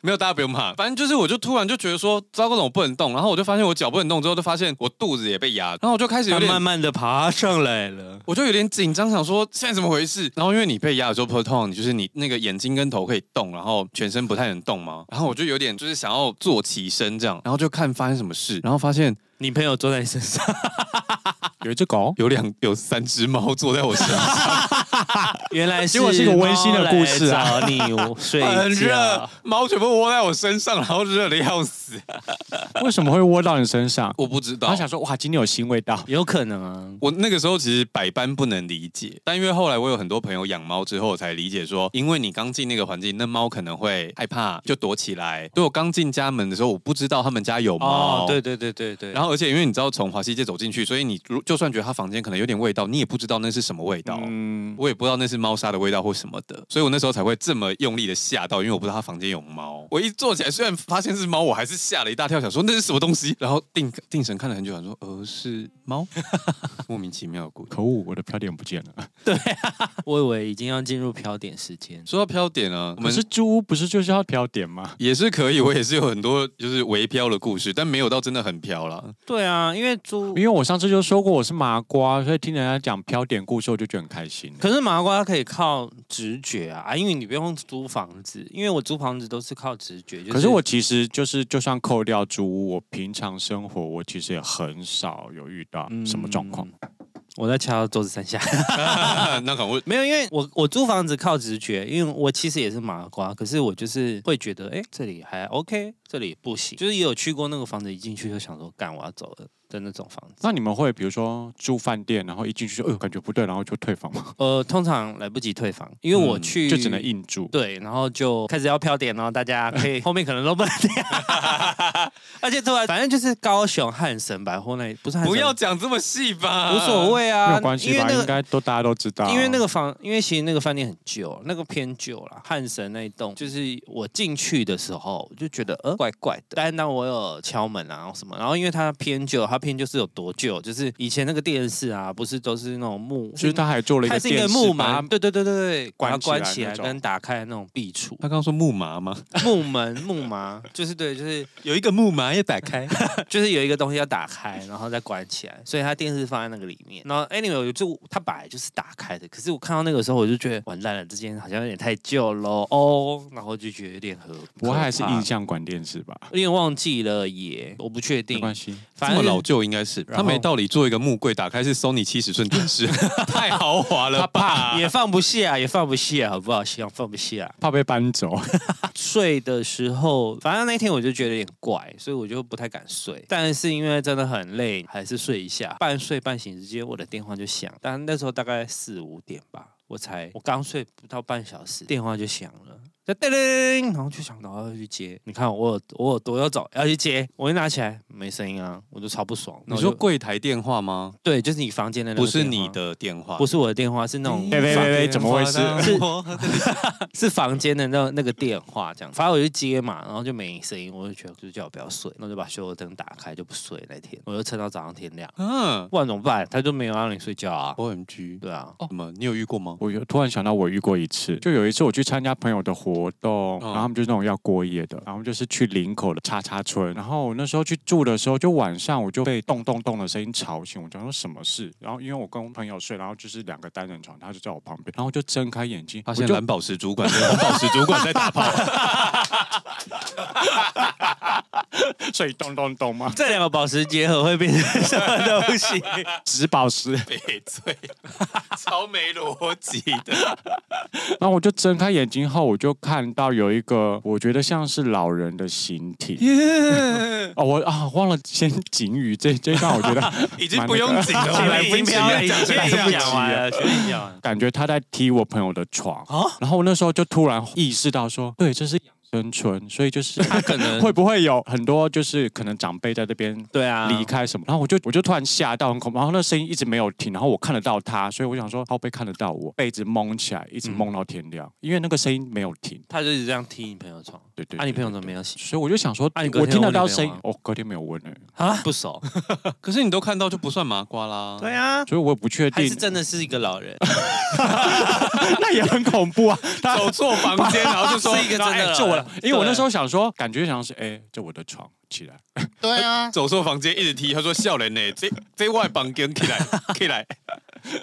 Speaker 2: 没有大家不用怕。反正就是我就突然就觉得说，糟糕，我不能动。然后我就发现我脚不能动之后，就发现我肚子也被压，然后我就开始有
Speaker 3: 它
Speaker 2: 点
Speaker 3: 慢慢的爬上来了。
Speaker 2: 我就有点紧张，想说现在怎么回事？然后因为你被压的时候，普通你就是你那个眼睛跟头可以动，然后全身不太能动嘛。然后我就有点就是想要坐起身这样，然后就看发生什么事，然后发现
Speaker 3: 你朋友坐在你身上，
Speaker 1: 有一只狗，
Speaker 2: 有两有三只猫坐在我身上，
Speaker 3: 原来
Speaker 1: 结果是一个温馨的故事啊
Speaker 3: 猫来找你睡
Speaker 2: 很热
Speaker 3: 觉，，
Speaker 2: 猫全部窝在我身上，然后热的要死。
Speaker 1: 为什么会窝到你身上？
Speaker 2: 我不知道
Speaker 1: 他，想说，哇，今天有新味道。
Speaker 3: 有可能啊。
Speaker 2: 我那个时候其实百般不能理解，但因为后来我有很多朋友养猫之后，我才理解说，因为你刚进那个环境，那猫可能会害怕，就躲起来。对我刚进家门的时候，我不知道他们家有猫。
Speaker 3: 哦，对。对对对对，
Speaker 2: 然后，而且因为你知道从华西街走进去，所以你如就算觉得他房间可能有点味道，你也不知道那是什么味道。
Speaker 1: 嗯，
Speaker 2: 我也不知道那是猫砂的味道或什么的，所以我那时候才会这么用力的吓到，因为我不知道他房间有猫。我一坐起来，虽然发现是猫，我还是吓了一大跳，想说那是什么东西。然后定定神看了很久，想说呃是猫， 莫名其妙的故事。
Speaker 1: 可恶，我的飘点不见了。
Speaker 3: 我以为已经要进入飘点时间，
Speaker 2: 说到飘点啊，我
Speaker 1: 可
Speaker 2: 们
Speaker 1: 是猪屋不是就是要飘点吗？
Speaker 2: 也是可以，我也是有很多就是微飘的故事，但没有到真的很飘啦。
Speaker 3: 对啊，因为猪
Speaker 1: 因为我上次就说过我是麻瓜，所以听人家讲飘点故事，我就觉得很开心。
Speaker 3: 可是麻瓜可以靠直觉啊，啊因为你不用租房子，因为我租房子都是靠直觉。就
Speaker 1: 可是我其实就是，就算扣掉租屋，我平常生活我其实也很少有遇到什么状况。
Speaker 3: 嗯我在敲到桌子三下，
Speaker 2: 那可能会
Speaker 3: 没有，因为我我租房子靠直觉，因为我其实也是麻瓜，可是我就是会觉得，哎，这里还 OK，这里不行，就是也有去过那个房子，一进去就想说，干，我要走了的那种 房子。
Speaker 1: 那你们会比如说住饭店，然后一进去就哎呦感觉不对，然后就退房吗？
Speaker 3: 呃，通常来不及退房，因为我
Speaker 2: 嗯
Speaker 3: 去、
Speaker 1: 就只能硬住。
Speaker 3: 对，然后就开始要飘点哦，大家可以后面可能都不能 这样，而且突然反正就是高雄汉神百货那里，不是汉神
Speaker 2: 不要讲这么细吧，
Speaker 3: 无所。谓啊，
Speaker 1: 没有关系
Speaker 3: 因为
Speaker 1: 吧，
Speaker 3: 那
Speaker 1: 应
Speaker 3: 个。
Speaker 1: 该都大家都知道。
Speaker 3: 因为那个房，因为其实那个饭店很旧，那个偏旧啦。汉神那一栋，就是我进去的时候，我就觉得呃怪怪的。但当我有敲门啊然后什么，然后因为它偏旧，它偏旧是有多旧，就是以前那个电视啊，不是都是那种木，
Speaker 1: 就是他还做了一
Speaker 3: 它
Speaker 1: 个
Speaker 3: 是一
Speaker 1: 电
Speaker 3: 个
Speaker 1: 视
Speaker 3: 木
Speaker 1: 把
Speaker 3: 门，
Speaker 1: 它
Speaker 3: 对对对对对，把它
Speaker 1: 关
Speaker 3: 关起
Speaker 1: 起来
Speaker 3: 来
Speaker 1: 那种
Speaker 3: 跟打开的那种壁橱。
Speaker 2: 他刚刚说木麻吗？
Speaker 3: 木门木麻，就是对，就是
Speaker 2: 有一个木麻也打开，
Speaker 3: 就是有一个东西要打开，然后再关起来，所以它电视放在那个里面。然后 anyway，我就它本来就是打开的，可是我看到那个时候，我就觉得完蛋了，这间好像有点太旧喽哦，然后就觉得有点合，
Speaker 1: 不过还是
Speaker 3: 可怕
Speaker 1: 印，象馆电视吧，
Speaker 3: 有点忘记了耶，我不确
Speaker 1: 没
Speaker 3: 定，
Speaker 1: 关系。
Speaker 2: 这
Speaker 3: 反
Speaker 2: 么
Speaker 3: 正
Speaker 2: 老旧应该是
Speaker 3: 然
Speaker 2: 他
Speaker 3: 后
Speaker 2: 没道理做一个木柜，打开是 Sony 七十寸电 视，太豪华了吧？
Speaker 3: 也放不下，也放不下，好不好？希望放不下。
Speaker 1: 怕被搬走，
Speaker 3: 睡的时候，反正那天我就觉得有点怪，所以我就不太敢睡。但是因为真的很累，还是睡一下。半睡半醒之间，我的电话就响，但那时候大概四五点吧，我才我刚睡不到半小时，电话就响了。就叮铃，然后就想到要去接。你看我有我有多要走，要去接，我一拿起来没声音啊，我就超不爽。
Speaker 2: 你
Speaker 3: 然后
Speaker 2: 说
Speaker 3: 我就
Speaker 2: 柜台电话吗？
Speaker 3: 对，就是你房间的那个
Speaker 2: 不是
Speaker 3: 电话
Speaker 2: 你，的电话，嗯
Speaker 3: 不
Speaker 2: 是。
Speaker 3: 是我的电话，是那种
Speaker 1: 喂喂喂喂怎么回事
Speaker 3: 是是房间的那那个电话这样，反正我就接嘛，然后就没声音，我就觉得就叫我不要睡，那我就把所有灯打开就不睡那天，我就撑到早上天亮，
Speaker 2: 嗯
Speaker 3: 不然怎么办？他就没有让你睡觉啊，
Speaker 2: ，O M G，
Speaker 3: 对啊，
Speaker 2: 什么？你有遇过吗？
Speaker 1: 我有突然想到，我遇过一次，就有一次我去参加朋友的活动，然后他们就是那种要过夜的，然后就是去林口的叉叉村，然后我那时候去住的时候，就晚上我就被咚咚咚的声音吵醒，我讲说什么事，然后因为我跟朋友睡，然后就是两个单人床，他就在我旁边，然后我就睁开眼睛，
Speaker 2: 发
Speaker 1: 我
Speaker 2: 现
Speaker 1: 就
Speaker 2: 蓝宝石主管 跟红宝石主管在打 炮，
Speaker 1: 所以咚咚咚嘛，
Speaker 3: 这两个宝石结合会变成什么东西？
Speaker 1: 纸宝石，
Speaker 2: 翡翠，超没逻辑 的。
Speaker 1: 然后我就睁开眼睛后，我就看到有一个我觉得像是老人的形体。哦，我啊忘了先警语这这一段，我觉得
Speaker 2: 已经不用紧了，
Speaker 1: 蛮那个
Speaker 3: 已经不要，已经已
Speaker 1: 来不及
Speaker 3: 经
Speaker 1: 了
Speaker 3: 讲完 了，全部讲完了。
Speaker 1: 感觉他在踢我朋友的床
Speaker 3: 啊
Speaker 1: 然后我那时候就突然意识到说，对，这是养生村，所以 就是
Speaker 3: 他可能
Speaker 1: 会不会有很多就是可能长辈在这边
Speaker 3: 对啊，
Speaker 1: 离开什么，然后我就我就突然吓到很恐怖，然后那声音一直没有停，然后我看得到他，所以我想说他被看得到我，被子蒙起来，一
Speaker 3: 嗯
Speaker 1: 直蒙到天亮，因为那个声音没有停。
Speaker 3: 他就一直这样踢你朋友床，
Speaker 1: 对对
Speaker 3: 啊，你朋友怎
Speaker 1: 么？
Speaker 3: 么没有醒
Speaker 1: 所以我就想说，
Speaker 3: 啊你隔
Speaker 1: 我
Speaker 3: 天
Speaker 1: 听
Speaker 3: 有
Speaker 1: 得
Speaker 3: 问你
Speaker 1: 到
Speaker 3: 朋友
Speaker 1: 声音
Speaker 3: 吗，
Speaker 1: 哦，隔天没有问哎、
Speaker 3: 啊？不熟，
Speaker 2: 可是你都看到就不算麻瓜啦。
Speaker 3: 对啊，
Speaker 1: 所以我也不确
Speaker 3: 还
Speaker 1: 定
Speaker 3: 是，真的是一个老人，
Speaker 1: 那也很恐怖啊。他
Speaker 2: 走啊错房间，然后就说
Speaker 3: 是一个真
Speaker 1: 然后
Speaker 3: 的
Speaker 1: 哎
Speaker 3: 老
Speaker 1: 这我
Speaker 3: 人
Speaker 1: 的，因为我那
Speaker 3: 对
Speaker 1: 时候想说，感觉想是哎，这我的床起来，
Speaker 4: 对啊，
Speaker 2: 哎走错房间，一直踢，他说笑人呢，这这外房间起来起 来。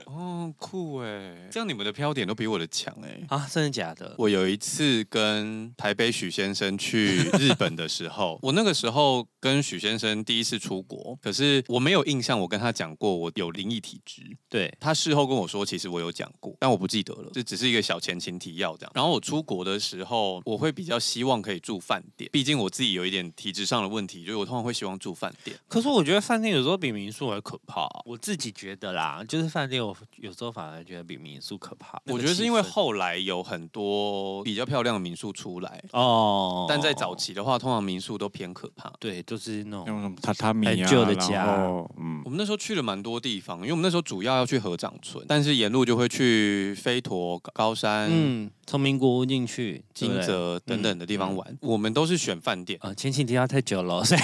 Speaker 2: 哦，酷
Speaker 3: 欸
Speaker 2: 哎，这样你们的飘点都比我的强哎。
Speaker 3: 啊，真的假的？
Speaker 2: 我有一次跟台北许先生去日本的时候，我那个时候跟许先生第一次出国，可是我没有印象，我跟他讲过我有灵异体质。
Speaker 3: 对，
Speaker 2: 他事后跟我说，其实我有讲过，但我不记得了，这只是一个小前情提要这样。然后我出国的时候，我会比较希望可以住饭店，毕竟我自己有一点体质上的问题，就是我通常会希望住饭店。
Speaker 3: 可是我觉得饭店有时候比民宿还可怕、我自己觉得啦，就是饭店我有时候反而觉得比民宿可怕。
Speaker 2: 我觉得是因为后来有很多比较漂亮的民宿出来，
Speaker 3: 哦，
Speaker 2: 但在早期的话，通常民宿都偏可怕。
Speaker 3: 对，就是那种
Speaker 1: 用什么榻榻米
Speaker 3: 很
Speaker 1: 啊，
Speaker 3: 哎旧的
Speaker 1: 然
Speaker 3: 家
Speaker 1: 后嗯，
Speaker 2: 我们那时候去了蛮多地方，因为我们那时候主要要去合掌村，但是沿路就会去飞陀、高山、
Speaker 3: 嗯，从名古屋进去，对
Speaker 2: 金
Speaker 3: 不对嗯
Speaker 2: 泽等等的地方玩。我们都是选饭店，
Speaker 3: 呃，前情提要太久 了，所以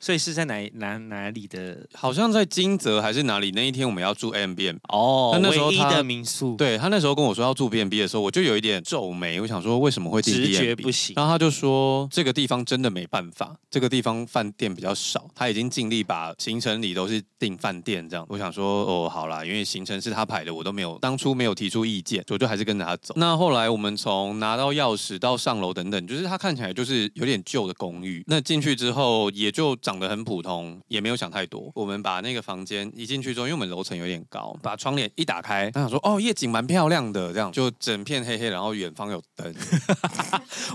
Speaker 3: 所以是在哪哪哪里的？
Speaker 2: 好像在金泽还是哪里那一天我们要住 M B M。
Speaker 3: 哦
Speaker 2: 那那时候
Speaker 3: 唯一
Speaker 2: 他
Speaker 3: 的民宿，，
Speaker 2: 对他那时候跟我说要住 B N B 的时候，我就有一点皱眉，我想说为什么会订 B
Speaker 3: 直
Speaker 2: B？
Speaker 3: 觉不行。
Speaker 2: 然后他就说这个地方真的没办法，这个地方饭店比较少，他已经尽力把行程里都是订饭店这样。我想说哦，好啦，因为行程是他排的，我都没有当初没有提出意见，我就还是跟着他走。那后来我们从拿到钥匙到上楼等等，就是他看起来就是有点旧的公寓。那进去之后也就长得很普通，也没有想太多。我们把那个房间一进去之后，因为我们楼层有点高，把窗帘一打开，他想说哦，夜景蛮漂亮的，这样就整片黑黑，然后远方有灯。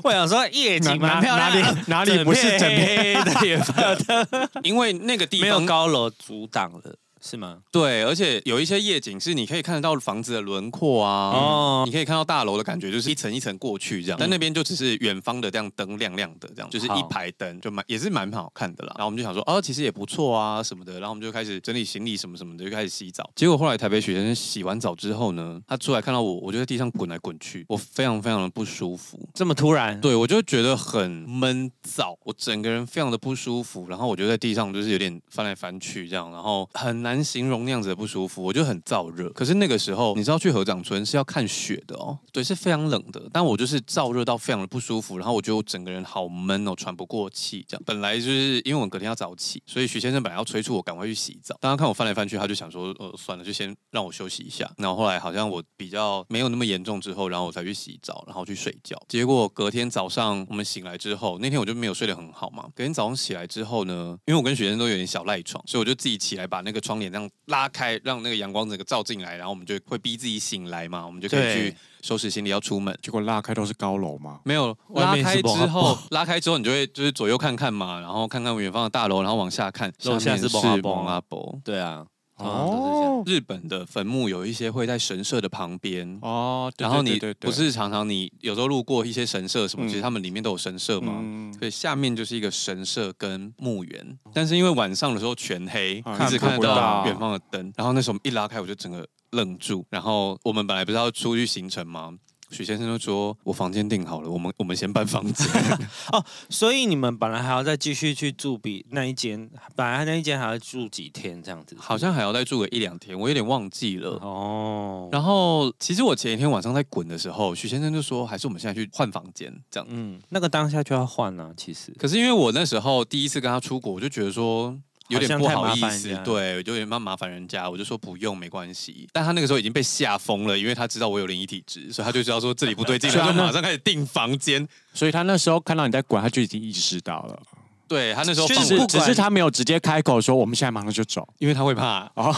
Speaker 3: 我想说夜景蛮漂亮
Speaker 1: 哪
Speaker 3: 的，
Speaker 1: 里哪里不是整片？
Speaker 3: 片黑黑的也
Speaker 2: 因为那个地
Speaker 3: 没有
Speaker 2: 方
Speaker 3: 高楼阻挡了，是吗？
Speaker 2: 对，而且有一些夜景是你可以看得到房子的轮廓啊，
Speaker 3: 哦
Speaker 2: 你可以看到大楼的感觉，就是一层一层过去这样。但那边就只是远方的这样灯亮亮的这样，就是一
Speaker 3: 好
Speaker 2: 排灯，就蛮也是蛮好看的啦。然后我们就想说，哦，其实也不错啊什么的。然后我们就开始整理行李什么什么的，就开始洗澡。结果后来台北许先生洗完澡之后呢，他出来看到我，我就在地上滚来滚去，我非常非常的不舒服。
Speaker 3: 这么突然，
Speaker 2: 对，我就觉得很闷燥，我整个人非常的不舒服，然后我就在地上就是有点翻来翻去这样，然后很难形容那样子的不舒服，我就很燥热。可是那个时候，你知道去合掌村是要看雪的哦，对，是非常冷的，但我就是燥热到非常的不舒服，然后我觉得我整个人好闷哦，喘不过气这样。本来就是因为我隔天要早起，所以徐先生本来要催促我赶快去洗澡，但他看我翻来翻去，他就想说，呃，算了，就先让我休息一下。然后后来好像我比较没有那么严重之后，然后我才去洗澡，然后去睡觉。结果隔天早上我们醒来之后，那天我就没有睡得很好嘛。隔天早上起来之后呢，因为我跟学生都有点小赖床，所以我就自己起来把那个窗帘这样拉开，让那个阳光整个照进来，然后我们就会逼自己醒来嘛，我们就可以
Speaker 3: 对
Speaker 2: 去收拾行李要出门。
Speaker 1: 结果拉开都是高楼嘛，
Speaker 2: 没有
Speaker 3: 外
Speaker 2: 拉
Speaker 3: 面
Speaker 2: 开
Speaker 3: 是
Speaker 2: 之
Speaker 3: 不好
Speaker 2: 后，拉开之后你就会就是左右看看嘛，然后看看远方的大楼，然后往下看，
Speaker 3: 楼下
Speaker 2: 面
Speaker 3: 是
Speaker 2: 是
Speaker 3: 蒙阿波
Speaker 2: 蒙阿波。
Speaker 3: 对啊，
Speaker 1: 哦
Speaker 2: 日本的坟墓有一些会在神社的旁边，
Speaker 1: 哦，对
Speaker 2: 然后你
Speaker 1: 对对对对
Speaker 2: 不是常常你有时候路过一些神社什么，
Speaker 1: 嗯
Speaker 2: 其实他们里面都有神社嘛。
Speaker 1: 嗯
Speaker 2: 所以下面就是一个神社跟墓园，但是因为晚上的时候全黑，
Speaker 1: 啊
Speaker 2: 一直
Speaker 1: 看
Speaker 2: 看
Speaker 1: 不
Speaker 2: 得
Speaker 1: 到
Speaker 2: 到远方的灯。然后那时候我们一拉开，我就整个愣住。然后我们本来不是要出去行程吗？许先生就说：“我房间订好了，我们我们先搬房 间。
Speaker 3: 所以你们本来还要再继续去住比那一间，本来那一间还要住几天这样子”，
Speaker 2: 好像还要再住个一两天，我有点忘记
Speaker 1: 嗯
Speaker 2: 了。
Speaker 3: 哦，
Speaker 2: 然后其实我前一天晚上在滚的时候，许先生就说：“还是我们现在去换房间这样。”
Speaker 3: 嗯，那个当下就要换啊，其实
Speaker 2: 可是因为我那时候第一次跟他出国，我就觉得说有点不好意
Speaker 3: 好像太麻烦
Speaker 2: 思
Speaker 3: 人家，
Speaker 2: 对，就有点蛮麻烦人家，我就说不用没关系。但他那个时候已经被吓疯了，因为他知道我有灵异体质，所以他就知道说这里不对劲，
Speaker 1: 是啊
Speaker 2: 他就
Speaker 1: 那
Speaker 2: 马上开始订房间。
Speaker 1: 所以他那时候看到你在滚，他就已经意识到了，
Speaker 2: 对他那时候
Speaker 3: 就
Speaker 1: 只
Speaker 2: 放
Speaker 1: 是
Speaker 2: 不，
Speaker 1: 只是他没有直接开口说我们现在马上就走。
Speaker 2: 因为他会怕，
Speaker 3: 哦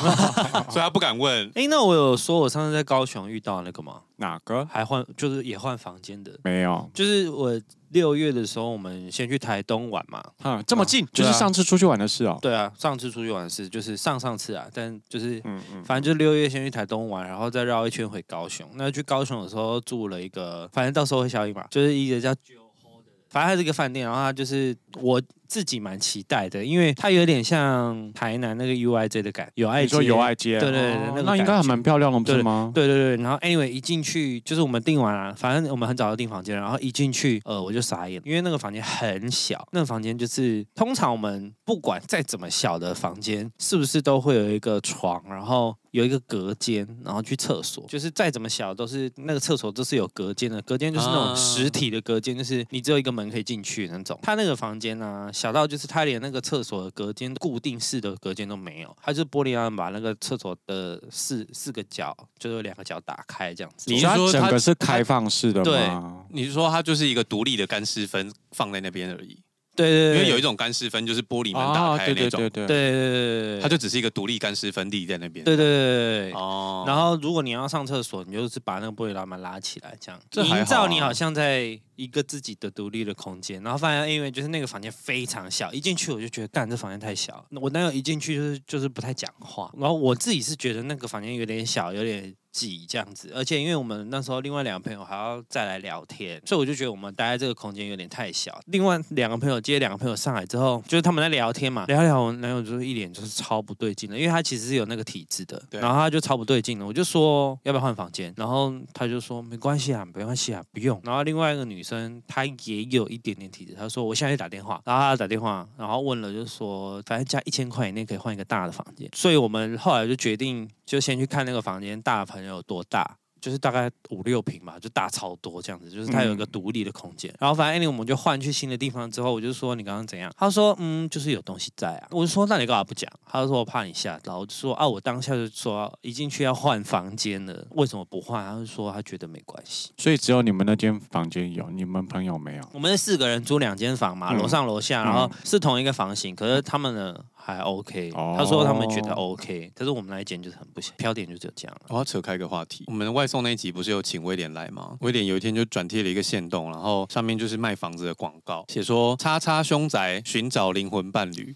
Speaker 2: 所以他不敢问。
Speaker 3: 哎、那我有说我上次在高雄遇到那个吗？
Speaker 1: 哪个？
Speaker 3: 还换就是也换房间的，
Speaker 1: 没有，
Speaker 3: 就是我六月的时候，我们先去台东玩嘛。
Speaker 1: 哈，这么近，就
Speaker 3: 对啊
Speaker 1: 是上次出去玩的事哦。
Speaker 3: 对啊，上次出去玩是就是上上次啊，但就是
Speaker 1: 嗯嗯，
Speaker 3: 反正就是六月先去台东玩，然后再绕一圈回高雄。那去高雄的时候住了一个，反正到时候会消音嘛，就是一个叫九 o 的，反正它是一个饭店，然后它就是我自己蛮期待的，因为它有点像台南那个 UIJ 的感，有爱
Speaker 1: 你
Speaker 3: 街
Speaker 1: 说友爱街，
Speaker 3: 对对对
Speaker 1: 哦
Speaker 3: 那个
Speaker 1: 那应该还蛮漂亮的，不是吗？
Speaker 3: 对对对，然后 anyway 一进去就是我们订完了、啊反正我们很早就订房间了，然后一进去，呃，我就傻眼，因为那个房间很小，那个房间就是通常我们不管再怎么小的房间，是不是都会有一个床，然后。有一个隔间，然后去厕所，就是再怎么小都是那个厕所都是有隔间的，隔间就是那种
Speaker 2: 啊
Speaker 3: 实体的隔间，就是你只有一个门可以进去那种。他那个房间呢、小到就是他连那个厕所的隔间固定式的隔间都没有，他就是玻璃样把那个厕所的四四个角，就是有两个角打开这样子。
Speaker 2: 你
Speaker 1: 所以它
Speaker 2: 说
Speaker 1: 整
Speaker 2: 它
Speaker 1: 个是开放式的
Speaker 3: 对
Speaker 1: 吗？
Speaker 2: 你是说他就是一个独立的干湿分放在那边而已？
Speaker 3: 对对
Speaker 2: 因
Speaker 3: 对，
Speaker 2: 为有一
Speaker 3: 种
Speaker 2: 种干湿分就是玻璃门打
Speaker 1: 啊，
Speaker 2: 开
Speaker 1: 对
Speaker 2: 那
Speaker 1: 对
Speaker 2: 种
Speaker 1: 对，对，
Speaker 3: 对对对对对，
Speaker 2: 它就只是一个独立干湿分立在那边。
Speaker 3: 对对对对对。
Speaker 2: 哦，
Speaker 3: 然后，如果你要上厕所，你就是把那个玻璃拉门拉起来，这样
Speaker 2: 这还好啊
Speaker 3: 营造你好像在一个自己的独立的空间。然后发现，因为就是那个房间非常小，一进去我就觉得，干这房间太小了。我男友一进去就是就是不太讲话，然后我自己是觉得那个房间有点小，有点挤这样子。而且因为我们那时候另外两个朋友还要再来聊天，所以我就觉得我们待在这个空间有点太小。另外两个朋友接两个朋友上来之后，就是他们在聊天嘛，聊一聊，我男友就是一脸就是超不对劲的，因为他其实是有那个体质的，
Speaker 2: 对
Speaker 3: 然后他就超不对劲的，我就说要不要换房间，然后他就说没关系啊，没关系啊，不用。然后另外一个女生她也有一点点体质，她说我现在去打电话，然后她打电话，然后问了就说反正加一千块以内可以换一个大的房间，所以我们后来就决定就先去看那个房间大的朋友有多大。就是大概五六平吧，就大超多这样子，就是它有一个
Speaker 2: 嗯
Speaker 3: 独立的空间。然后反正 anyway 我们就换去新的地方之后，我就说你刚刚怎样？他说嗯，就是有东西在啊。我就说那你干嘛不讲？他就说我怕你吓到。我就说啊，我当下就说一进去要换房间了，为什么不换？他就说他觉得没关系。
Speaker 1: 所以只有你们那间房间有，你们朋友没有。
Speaker 3: 我们是四个人租两间房嘛，
Speaker 1: 嗯
Speaker 3: 楼上楼下，然后是同一个房型，可是他们呢还 OK，、
Speaker 1: 哦
Speaker 3: 他说他们觉得 OK，可是我们那一间就是很不行，飘点就只有这样了。
Speaker 2: 我要扯开一个话题，我嗯们外送那一集不是有请威廉来吗？威廉有一天就转贴了一个线动，然后上面就是卖房子的广告，写说“叉叉凶宅寻找灵魂伴侣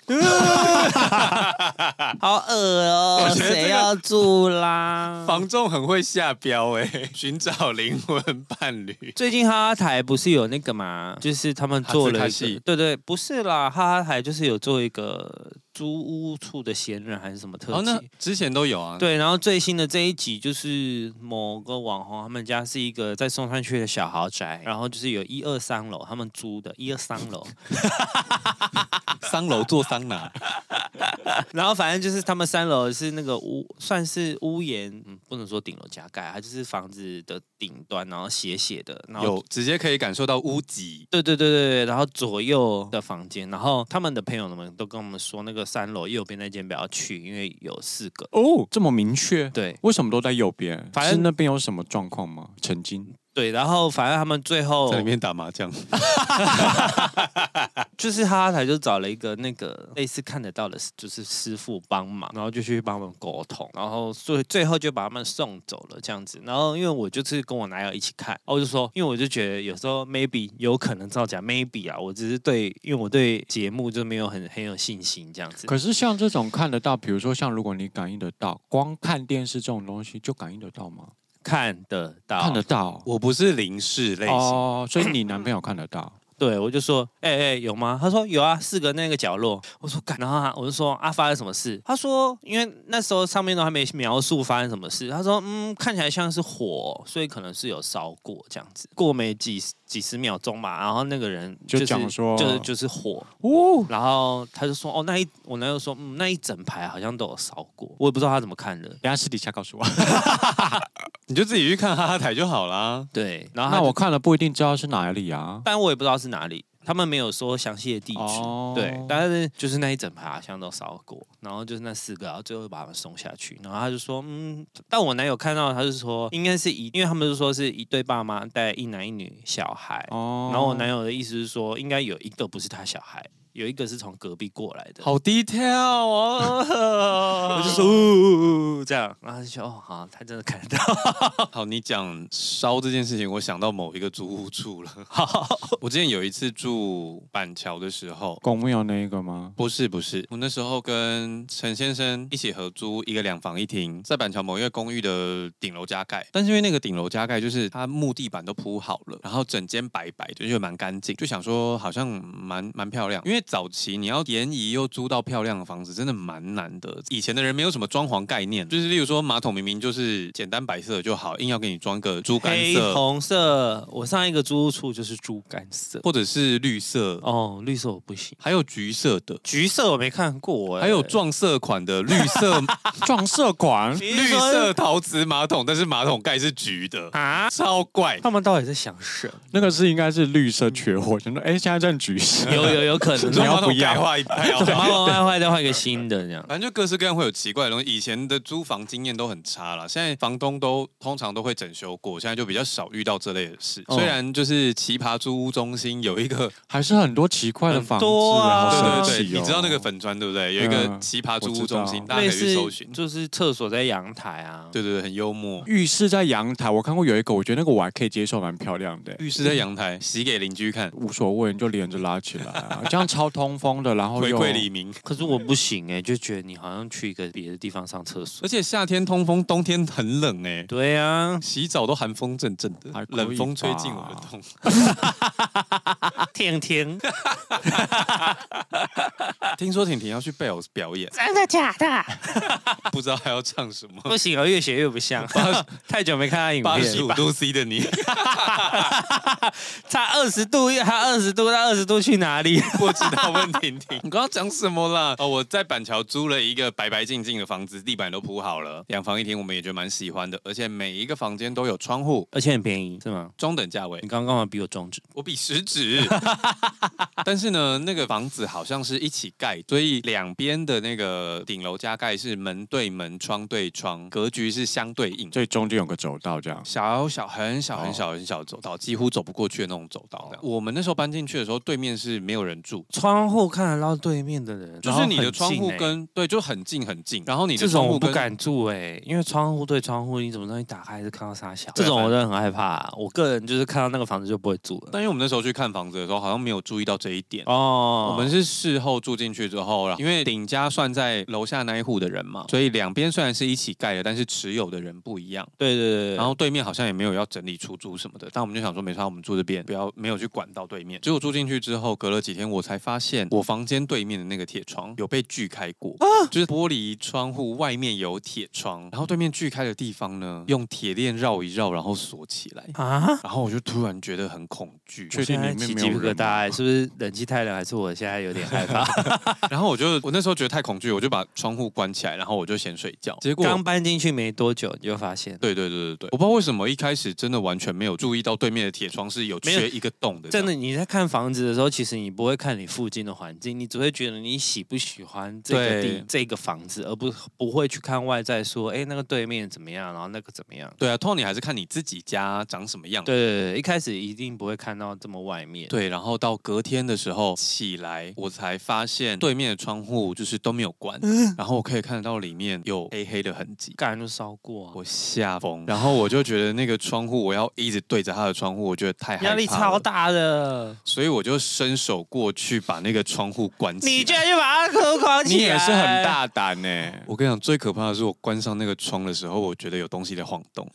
Speaker 3: 好恶
Speaker 2: 啊
Speaker 3: 哦、
Speaker 2: 我觉得这个
Speaker 3: 谁要住”，啦？
Speaker 2: 房仲很会下标哎、 寻找灵魂伴 侣。
Speaker 3: 最近哈哈台不是有那个嘛，就是他们做
Speaker 2: 哈
Speaker 3: 了
Speaker 2: 斯卡
Speaker 3: 一
Speaker 2: 西
Speaker 3: 个，对对，不是啦，哈哈台就是有做一个租屋处的闲人还是什么特
Speaker 2: 哦，那
Speaker 3: 辑。
Speaker 2: 之前都有啊，
Speaker 3: 对，然后最新的这一集就是某个网红，他们家是一个在松山区的小豪宅，然后就是有一二三楼，他们租的一二三 楼，
Speaker 2: 桑楼做桑 拿，
Speaker 3: 然后反正就是他们三楼是那个屋，算是屋檐，嗯，不能说顶楼加盖，它就是房子的顶端，然后斜斜的，然后
Speaker 2: 有直接可以感受到屋脊。
Speaker 3: 对对对对对，然后左右的房间，然后他们的朋友们都跟我们说，那个三楼右边那间不要去，因为有四个。
Speaker 1: 哦，这么明确，
Speaker 3: 对
Speaker 1: 为什么都在右边？
Speaker 3: 反
Speaker 1: 是
Speaker 3: 正
Speaker 1: 那边有什么状况吗？曾经
Speaker 3: 对，然后反正他们最后
Speaker 2: 在里面打麻将，
Speaker 3: 就是哈哈台就找了一个那个类似看得到的，就是师傅帮忙，然后就去帮忙沟通，然后最最后就把他们送走了这样子。然后因为我就是跟我男友一起看，然后我就说，因为我就觉得有时候 maybe 有可能造假，maybe 啊，我只是对，因为我对节目就没有很很有信心这样子。
Speaker 1: 可是像这种看得到，比如说像如果你感应得到，光看电视这种东西就感应得到吗？
Speaker 3: 看得到，
Speaker 1: 看得到
Speaker 2: 我不是零式类型，
Speaker 1: 哦，所以你男朋友看得到。
Speaker 3: 对，我就说，哎、哎、有吗？他说有啊，四个那个角落。我说干，然后他我就说啊，发生什么事？他说，因为那时候上面都还没描述发生什么事。他说，嗯，看起来像是火，所以可能是有烧过这样子。过没几几十秒钟吧，然后那个人
Speaker 1: 就是讲说
Speaker 3: 就是就是火，
Speaker 1: 哦，
Speaker 3: 然后他就说，哦，那一我男友说，嗯，那一整排好像都有烧过，我也不知道他怎么看的。
Speaker 1: 等一下私底下告 诉我。
Speaker 2: 你就自己去看哈哈台就好啦。
Speaker 3: 啊对，然后他
Speaker 1: 那
Speaker 3: 就
Speaker 1: 我看了不一定知道是哪里啊。
Speaker 3: 但我也不知道是哪里，他们没有说详细的地址。
Speaker 1: 哦
Speaker 3: 对，但是就是那一整排好像都烧过，然后就是那四个，然后最后把他们送下去，然后他就说，嗯，但我男友看到他就说，应该是一，因为他们就说是一对爸妈带一男一女小孩，
Speaker 1: 哦，
Speaker 3: 然后我男友的意思是说，应该有一个不是他小孩，有一个是从隔壁过来的。
Speaker 2: 好 detail 哦，
Speaker 3: 我就说、呜呜呜这样，然后他就说哦好，他真的看得到，
Speaker 2: 好，你讲烧这件事情，我想到某一个租屋处了。 我之前有一次住板桥的时候，
Speaker 1: 公庙那一个吗？
Speaker 2: 不是不是，我那时候跟陈先生一起合租一个两房一厅，在板桥某一个公寓的顶楼加盖。但是因为那个顶楼加盖就是它木地板都铺好了，然后整间白白的，就蛮干净，就想说好像蛮蛮漂亮。因为早期你要便宜又租到漂亮的房子，真的蛮难的。以前的人没有什么装潢概念，就是例如说马桶明明就是简单白色就好，硬要给你装个猪肝
Speaker 3: 黑
Speaker 2: 色，
Speaker 3: 红色，我上一个租屋处就是猪肝色，
Speaker 2: 或者是绿色，
Speaker 3: 哦，绿色我不行。
Speaker 2: 还有橘色的。
Speaker 3: 橘色我没看过、欸，
Speaker 2: 还有撞色款的绿色
Speaker 1: 撞色 款
Speaker 3: 你
Speaker 2: 绿
Speaker 3: 是说
Speaker 2: 色陶瓷马桶，但是马桶盖是橘的，
Speaker 3: 啊？
Speaker 2: 超怪。
Speaker 3: 他们到底在想什么？
Speaker 1: 那个是应该是绿色缺货，
Speaker 2: 嗯
Speaker 1: 想说哎，现在占橘色。
Speaker 3: 有有有可能，
Speaker 1: 你要不要
Speaker 2: 马桶盖坏掉？
Speaker 3: 马桶盖坏再换一个新的这样。
Speaker 2: 反正就各式各样会有奇怪的东西。以前的租房经验都很差啦，现在房东都通常都会整修过，现在就比较少遇到这类的事。
Speaker 1: 哦
Speaker 2: 虽然就是奇葩租屋中心有一 个，
Speaker 1: 还是很多奇怪的房子，
Speaker 3: 很多啊
Speaker 2: 对
Speaker 1: 好神
Speaker 2: 对
Speaker 1: 奇
Speaker 2: 对，
Speaker 1: 哦！
Speaker 2: 你知道那个粉砖对不对？有一个
Speaker 1: 嗯
Speaker 2: 奇葩租
Speaker 1: 我
Speaker 2: 屋
Speaker 1: 知道
Speaker 2: 中心， 大家可
Speaker 3: 类
Speaker 2: 以去
Speaker 3: 似
Speaker 2: 搜寻。
Speaker 3: 就是厕所在阳台啊，
Speaker 2: 对对对，很幽默。
Speaker 1: 浴室在阳台，我看过有一个，我觉得那个我还
Speaker 2: 嗯
Speaker 1: 可以接受，蛮漂亮的、
Speaker 2: 浴室在阳台，洗给邻居看。
Speaker 1: 无所谓，你就连着拉起来、啊，这样 超通风的，然后
Speaker 2: 回
Speaker 1: 又
Speaker 2: 馈黎明。
Speaker 3: 可是我不行哎、就觉得你好像去一个别的地方上厕所。
Speaker 2: 而且夏天通风，冬天很冷哎、
Speaker 3: 对啊，
Speaker 2: 洗澡都寒风阵阵的
Speaker 1: 还，可以
Speaker 2: 冷风吹
Speaker 1: 吧
Speaker 2: 进我的洞。
Speaker 3: 啊天天
Speaker 2: 听说婷婷要去贝尔表演，
Speaker 3: 真的假的？
Speaker 2: 不知道还要唱 什么。
Speaker 3: 不行哦，越写越不像。 太久没看他影
Speaker 2: 八十
Speaker 3: 片，
Speaker 2: 五度 C 的你，
Speaker 3: 差二十度，他二十度，他二十度去哪 里？
Speaker 2: 不知道问婷婷， 你刚刚讲什么啦？ 哦，我在板桥租了一个白白净净的房子，地板都铺好了，两房一厅，我们也觉得蛮喜欢的，而且每一个房间都有窗户，
Speaker 3: 而且很便宜，是吗？
Speaker 2: 中等价位
Speaker 3: 你。刚刚干嘛比我中指？
Speaker 2: 我比食指， 但是呢，那个房子好像是一起盖，所以两边的那个顶楼加盖是门对门、窗对窗，格局是相对应。
Speaker 1: 最中间有个走道这样。
Speaker 2: 小小很小
Speaker 1: 哦
Speaker 2: 很小很小的走道，几乎走不过去的那种走道这样。我们那时候搬进去的时候，对面是没有人住，
Speaker 3: 窗户看得到对面的人，
Speaker 2: 就
Speaker 3: 然后
Speaker 2: 是
Speaker 3: 很
Speaker 2: 你的窗户
Speaker 3: 近欸
Speaker 2: 跟对就很近很近，然后你的
Speaker 3: 这
Speaker 2: 窗
Speaker 3: 种
Speaker 2: 户
Speaker 3: 我不
Speaker 2: 跟
Speaker 3: 敢住哎、因为窗户对窗户，你怎么知道你打开还是看到啥小？
Speaker 2: 对
Speaker 3: 这
Speaker 2: 啊
Speaker 3: 种我真的很害怕、啊我个人就是看到那个房子就不会住了。
Speaker 2: 但因为我们那时候去看房子的时候，好像没有注意到这一点。
Speaker 3: 哦，
Speaker 2: 我们是事后住进去之后，然后因为顶家算在楼下那一户的人嘛，所以两边虽然是一起盖的，但是持有的人不一样。
Speaker 3: 对对对对，
Speaker 2: 然后对面好像也没有要整理出租什么的，但我们就想说，没差，我们住这边，不要没有去管到对面。结果住进去之后，隔了几天，我才发现我房间对面的那个铁窗有被锯开过，就是玻璃窗户外面有铁窗，然后对面锯开的地方呢，用铁链绕一绕，然后锁起来。
Speaker 3: 啊，
Speaker 2: 然后我就突然觉得很恐惧，
Speaker 1: 确定里面
Speaker 3: 我现在起
Speaker 1: 没
Speaker 3: 鸡
Speaker 1: 有
Speaker 3: 皮疙
Speaker 1: 人
Speaker 3: 瘩、
Speaker 1: 吗
Speaker 3: 欸，是不是冷气太冷，还是我现在有点害怕？
Speaker 2: 然后我就我那时候觉得太恐惧，我就把窗户关起来，然后我就先睡觉。 结果
Speaker 3: 刚搬进去没多久，你就发现
Speaker 2: 对对对对对，我不知道为什么一开始真的完全没有注意到对面的铁窗是有
Speaker 3: 没有
Speaker 2: 缺一个洞的，
Speaker 3: 真的，你在看房子的时候，其实你不会看你附近的环境，你只会觉得你喜不喜欢这个
Speaker 2: 对
Speaker 3: 地、这个房子，而不不会去看外在说，哎、那个对面怎么样，然后那个怎么样。
Speaker 2: 对啊，通常你还是看你自己家长什么样。
Speaker 3: 对对对，一开始一定不会看到这么外面。
Speaker 2: 对，然后到隔天的时候起来，我才发现对面的窗户就是都没有关，
Speaker 3: 嗯
Speaker 2: 然后我可以看得到里面有黑黑的痕迹。
Speaker 3: 干就烧过、啊，
Speaker 2: 我吓疯，然后我就觉得那个窗户，我要一直对着它的窗户，我觉得太害怕
Speaker 3: 压力
Speaker 2: 了
Speaker 3: 超，大的。
Speaker 2: 所以我就伸手过去把那个窗户关起来。
Speaker 3: 你居然就把它抠框起来，
Speaker 1: 你也是很。大胆欸呢、
Speaker 2: 我跟你讲，最可怕的是我关上那个窗的时候，我觉得有东西在晃动。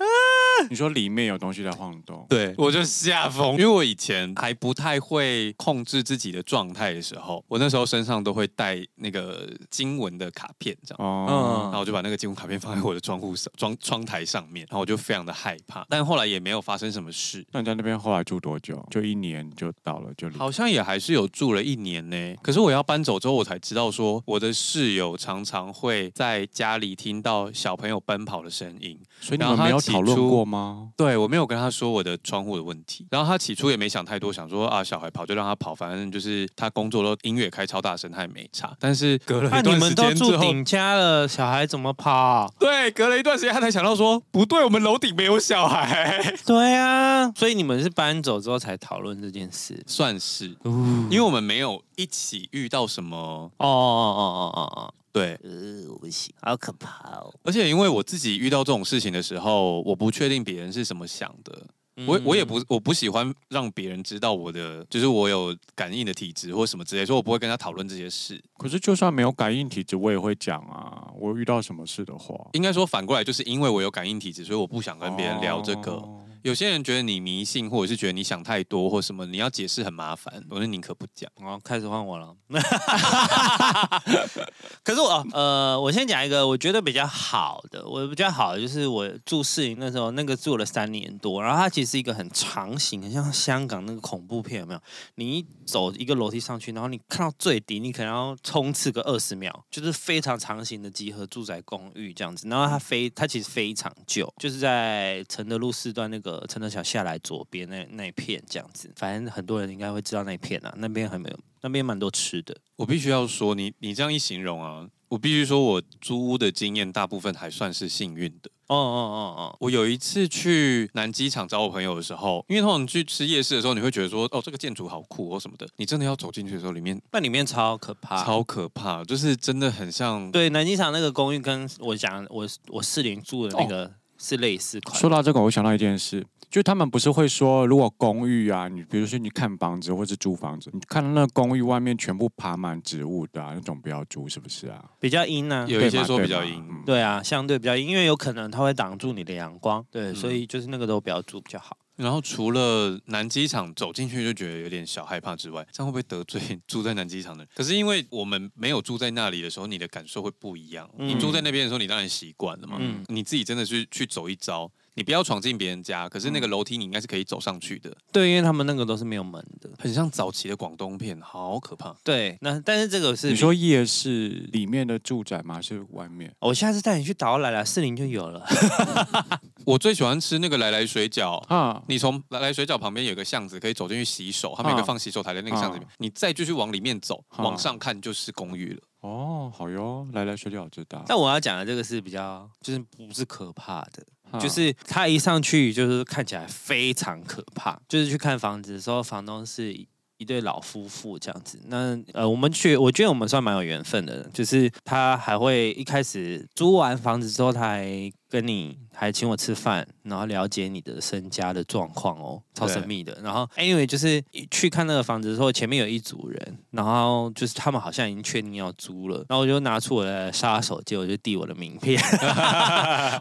Speaker 1: 你说里面有东西在晃动，
Speaker 2: 对，我就吓疯，因为我以前还不太会控制自己的状态的时候，我那时候身上都会带那个经文的卡片，这样。
Speaker 1: 哦、
Speaker 2: 然后我就把那个经文卡片放在我的窗户上、窗窗台上面，然后我就非常的害怕，但后来也没有发生什么事，
Speaker 1: 那你在那边后来住多久？就一年就到了，就离
Speaker 2: 好像也还是有住了一年呢。可是我要搬走之后，我才知道说我的室友常常会在家里听到小朋友奔跑的声音，
Speaker 1: 所以你
Speaker 2: 然后
Speaker 1: 们没
Speaker 2: 他
Speaker 1: 有
Speaker 2: 起
Speaker 1: 讨论
Speaker 2: 初
Speaker 1: 过吗？
Speaker 2: 对我没有跟他说我的窗户的问题，然后他起初也没想太多，想说啊小孩跑就让他跑，反正就是他工作都音乐开超大声，他也没差。但是隔了
Speaker 3: 那、
Speaker 2: 一
Speaker 3: 你
Speaker 2: 段
Speaker 3: 们
Speaker 2: 时
Speaker 3: 都
Speaker 2: 间之
Speaker 3: 住
Speaker 2: 后，
Speaker 3: 顶家了，小孩怎么跑？
Speaker 2: 对，隔了一段时间他才想到说不对，我们楼顶没有小孩，
Speaker 3: 对啊，所以你们是搬走之后才讨论这件事。
Speaker 2: 算是，
Speaker 3: 哦
Speaker 2: 因为我们没有一起遇到什么
Speaker 3: 哦哦哦哦哦，
Speaker 2: 对，
Speaker 3: 呃，我不行，好可怕哦。
Speaker 2: 而且因为我自己遇到这种事情的时候，我不确定别人是怎么想的，我我也不我不喜欢让别人知道我的就是我有感应的体质或什么之类，所以我不会跟他讨论这些事。
Speaker 1: 可是就算没有感应体质，我也会讲啊。我遇到什么事的话，
Speaker 2: 应该说反过来，就是因为我有感应体质，所以我不想跟别人聊这个。
Speaker 1: 哦
Speaker 2: 有些人觉得你迷信，或者是觉得你想太多，或什么，你要解释很麻烦，我就宁可不讲。
Speaker 3: 好，哦开始换我了。可是我哦呃，我先讲一个我觉得比较好的，我比较好的就是我住士营那时候，那个住了三年多，然后它其实是一个很长型，很像香港那个恐怖片有没有？你一走一个楼梯上去，然后你看到最底，你可能要冲刺个二十秒，就是非常长型的集合住宅公寓这样子。然后它非它其实非常旧，就是在承德路四段那个承德桥下来左边那那一片这样子，反正很多人应该会知道那一片啊，那边还没有。那边蛮多吃的，
Speaker 2: 我必须要说，你你这样一形容啊，我必须说我租屋的经验大部分还算是幸运的。
Speaker 3: 哦哦哦哦，
Speaker 2: 我有一次去南机场找我朋友的时候，因为通常你去吃夜市的时候，你会觉得说，哦，这个建筑好酷哦什么的。你真的要走进去的时候，里面
Speaker 3: 那里面超可
Speaker 1: 啊
Speaker 3: 怕。
Speaker 2: 超可怕，就是真的很像
Speaker 3: 对，南机场那个公寓跟我讲，我我四零住的那个是类似款
Speaker 1: 哦说。到这个，我想到一件事，就他们不是会说，如果公寓啊，你比如说你看房子或是租房子，你看到那公寓外面全部爬满植物的、啊，那种不要租，是不是啊？
Speaker 3: 比较阴呢、
Speaker 2: 有一
Speaker 1: 对
Speaker 2: 些
Speaker 1: 嘛
Speaker 2: 说比较
Speaker 1: 对嘛
Speaker 2: 阴，
Speaker 1: 嗯
Speaker 3: 对啊，相对比较阴，因为有可能它会挡住你的阳光，对，
Speaker 1: 嗯
Speaker 3: 所以就是那个都不要住比较好。
Speaker 2: 然后除了南机场走进去就觉得有点小害怕之外， 这样会不会得罪住在南机场的人？可是因为我们没有住在那里的时候，你的感受会不一样。
Speaker 3: 嗯
Speaker 2: 你住在那边的时候，你当然习惯了嘛。
Speaker 3: 嗯
Speaker 2: 你自己真的是去走一遭，你不要闯进别人家，可是
Speaker 1: 嗯
Speaker 2: 那个楼梯你应该是可以走上去的，
Speaker 3: 对，因为他们那个都是没有门的。
Speaker 2: 很像早期的广东片，好可怕。
Speaker 3: 对，那但是这个是
Speaker 1: 你说夜市里面的住宅吗？还是外面？
Speaker 3: 我下次带你去导览啦，四零就有了。
Speaker 2: 我最喜欢吃那个来来水饺。
Speaker 1: 啊，
Speaker 2: 你从来来水饺旁边有个巷子，可以走进去洗手，他们有个
Speaker 1: 啊
Speaker 2: 放洗手台的那个巷子里面，你再继续往里面走，
Speaker 1: 啊
Speaker 2: 往上看就是公寓了。
Speaker 1: 哦，好哟，来来水饺知道，
Speaker 3: 但我要讲的这个是比较，就是不是可怕的，
Speaker 1: 啊
Speaker 3: 就是他一上去就是看起来非常可怕，就是去看房子的时候，房东是一一对老夫妇这样子。那呃，我们去，我觉得我们算蛮有缘分的，就是他还会一开始租完房子之后，他还跟你还请我吃饭，然后了解你的身家的状况哦，超神秘的。然后 anyway 就是一去看那个房子的时候，前面有一组人，然后就是他们好像已经确定要租了，然后我就拿出我的杀手锏，我就递我的名片。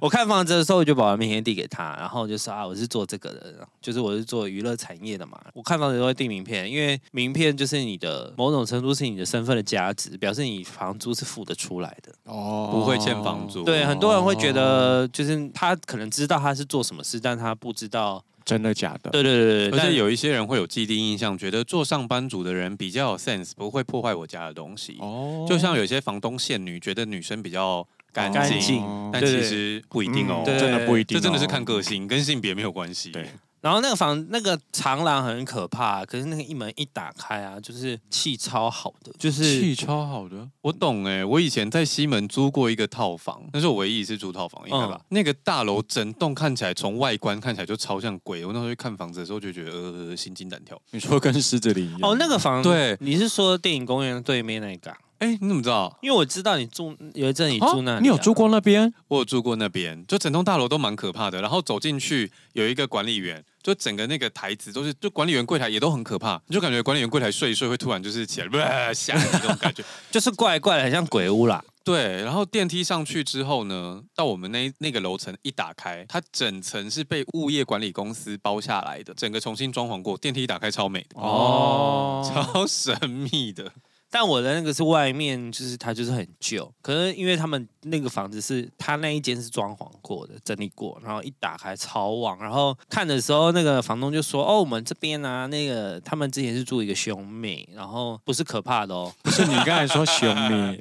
Speaker 3: 我看房子的时候，我就把我的名片递给他，然后我就说啊，我是做这个的，就是我是做娱乐产业的嘛。我看房子都会订名片，因为名片就是你的某种程度是你的身份的价值，表示你房租是付得出来的。哦
Speaker 1: 哦
Speaker 2: 不会欠房租
Speaker 3: 对，很多人会觉得就是他可能知道他是做什么事，但他不知道。
Speaker 1: 真的假的？
Speaker 3: 对对对对对，
Speaker 2: 而
Speaker 3: 但
Speaker 2: 且有一些人会有既定印象，觉得做上班族的人比较有 sense，不会破坏我家的东西。
Speaker 1: 哦
Speaker 2: 就像有些房东限女觉得女生比较干
Speaker 3: 干
Speaker 2: 净，
Speaker 3: 净
Speaker 1: 哦
Speaker 2: 但
Speaker 3: 对
Speaker 2: 其
Speaker 3: 对
Speaker 2: 实不一定哦。
Speaker 3: 对
Speaker 1: 真的不一定、
Speaker 2: 这
Speaker 1: 哦，
Speaker 2: 真的是看个性，跟性别没有关系。
Speaker 1: 对
Speaker 3: 然后那个房那个长廊很可怕，可是那个一门一打开啊，就是气超好的，就是
Speaker 1: 气超好的，
Speaker 2: 我懂哎、我以前在西门租过一个套房，那是我唯一一次租套房，应该吧？那个大楼整栋看起来，从外观看起来就超像鬼。我那时候去看房子的时候就觉得呃心惊胆跳。
Speaker 1: 你说跟狮子林一样
Speaker 3: 哦那个房
Speaker 2: 对
Speaker 3: 你是说电影公园对面那个啊、
Speaker 2: 哎、你怎么知道？
Speaker 3: 因为我知道你住有一阵你
Speaker 1: 啊
Speaker 3: 住那里啊、
Speaker 1: 你有住过那 边？
Speaker 2: 我有住过那边，就整栋大楼都蛮可怕的。然后走进去有一个管理员，就整个那个台子都是，就管理员柜台也都很可怕，你就感觉管理员柜台睡一睡会突然就是起来， 不、吓你那种感觉。
Speaker 3: 就是怪怪的，很像鬼屋啦。
Speaker 2: 对，然后电梯上去之后呢，到我们那那个楼层一打开，它整层是被物业管理公司包下来的，整个重新装潢过，电梯一打开超美的，
Speaker 1: 哦，
Speaker 2: 超神秘的。
Speaker 3: 但我的那个是外面，就是它就是很旧，可是因为他们那个房子是它那一间是装潢过的，整理过，然后一打开超旺，然后看的时候那个房东就说：“哦，我们这边啊，那个他们之前是住一个兄妹，然后不是可怕的哦，
Speaker 1: 是你刚才说熊 咪，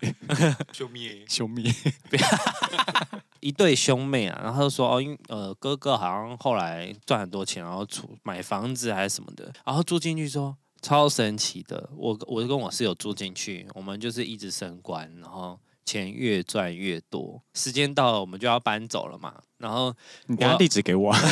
Speaker 2: 救命！
Speaker 1: 熊 咪，
Speaker 3: 一对兄妹啊，然后他就说哦，因为呃哥哥好像后来赚很多钱，然后出买房子还是什么的，然后住进去说超神奇的，我我跟我室友住进去，我们就是一直升官，然后钱越赚越多，时间到了我们就要搬走了嘛，然后
Speaker 1: 你等下地址给我。啊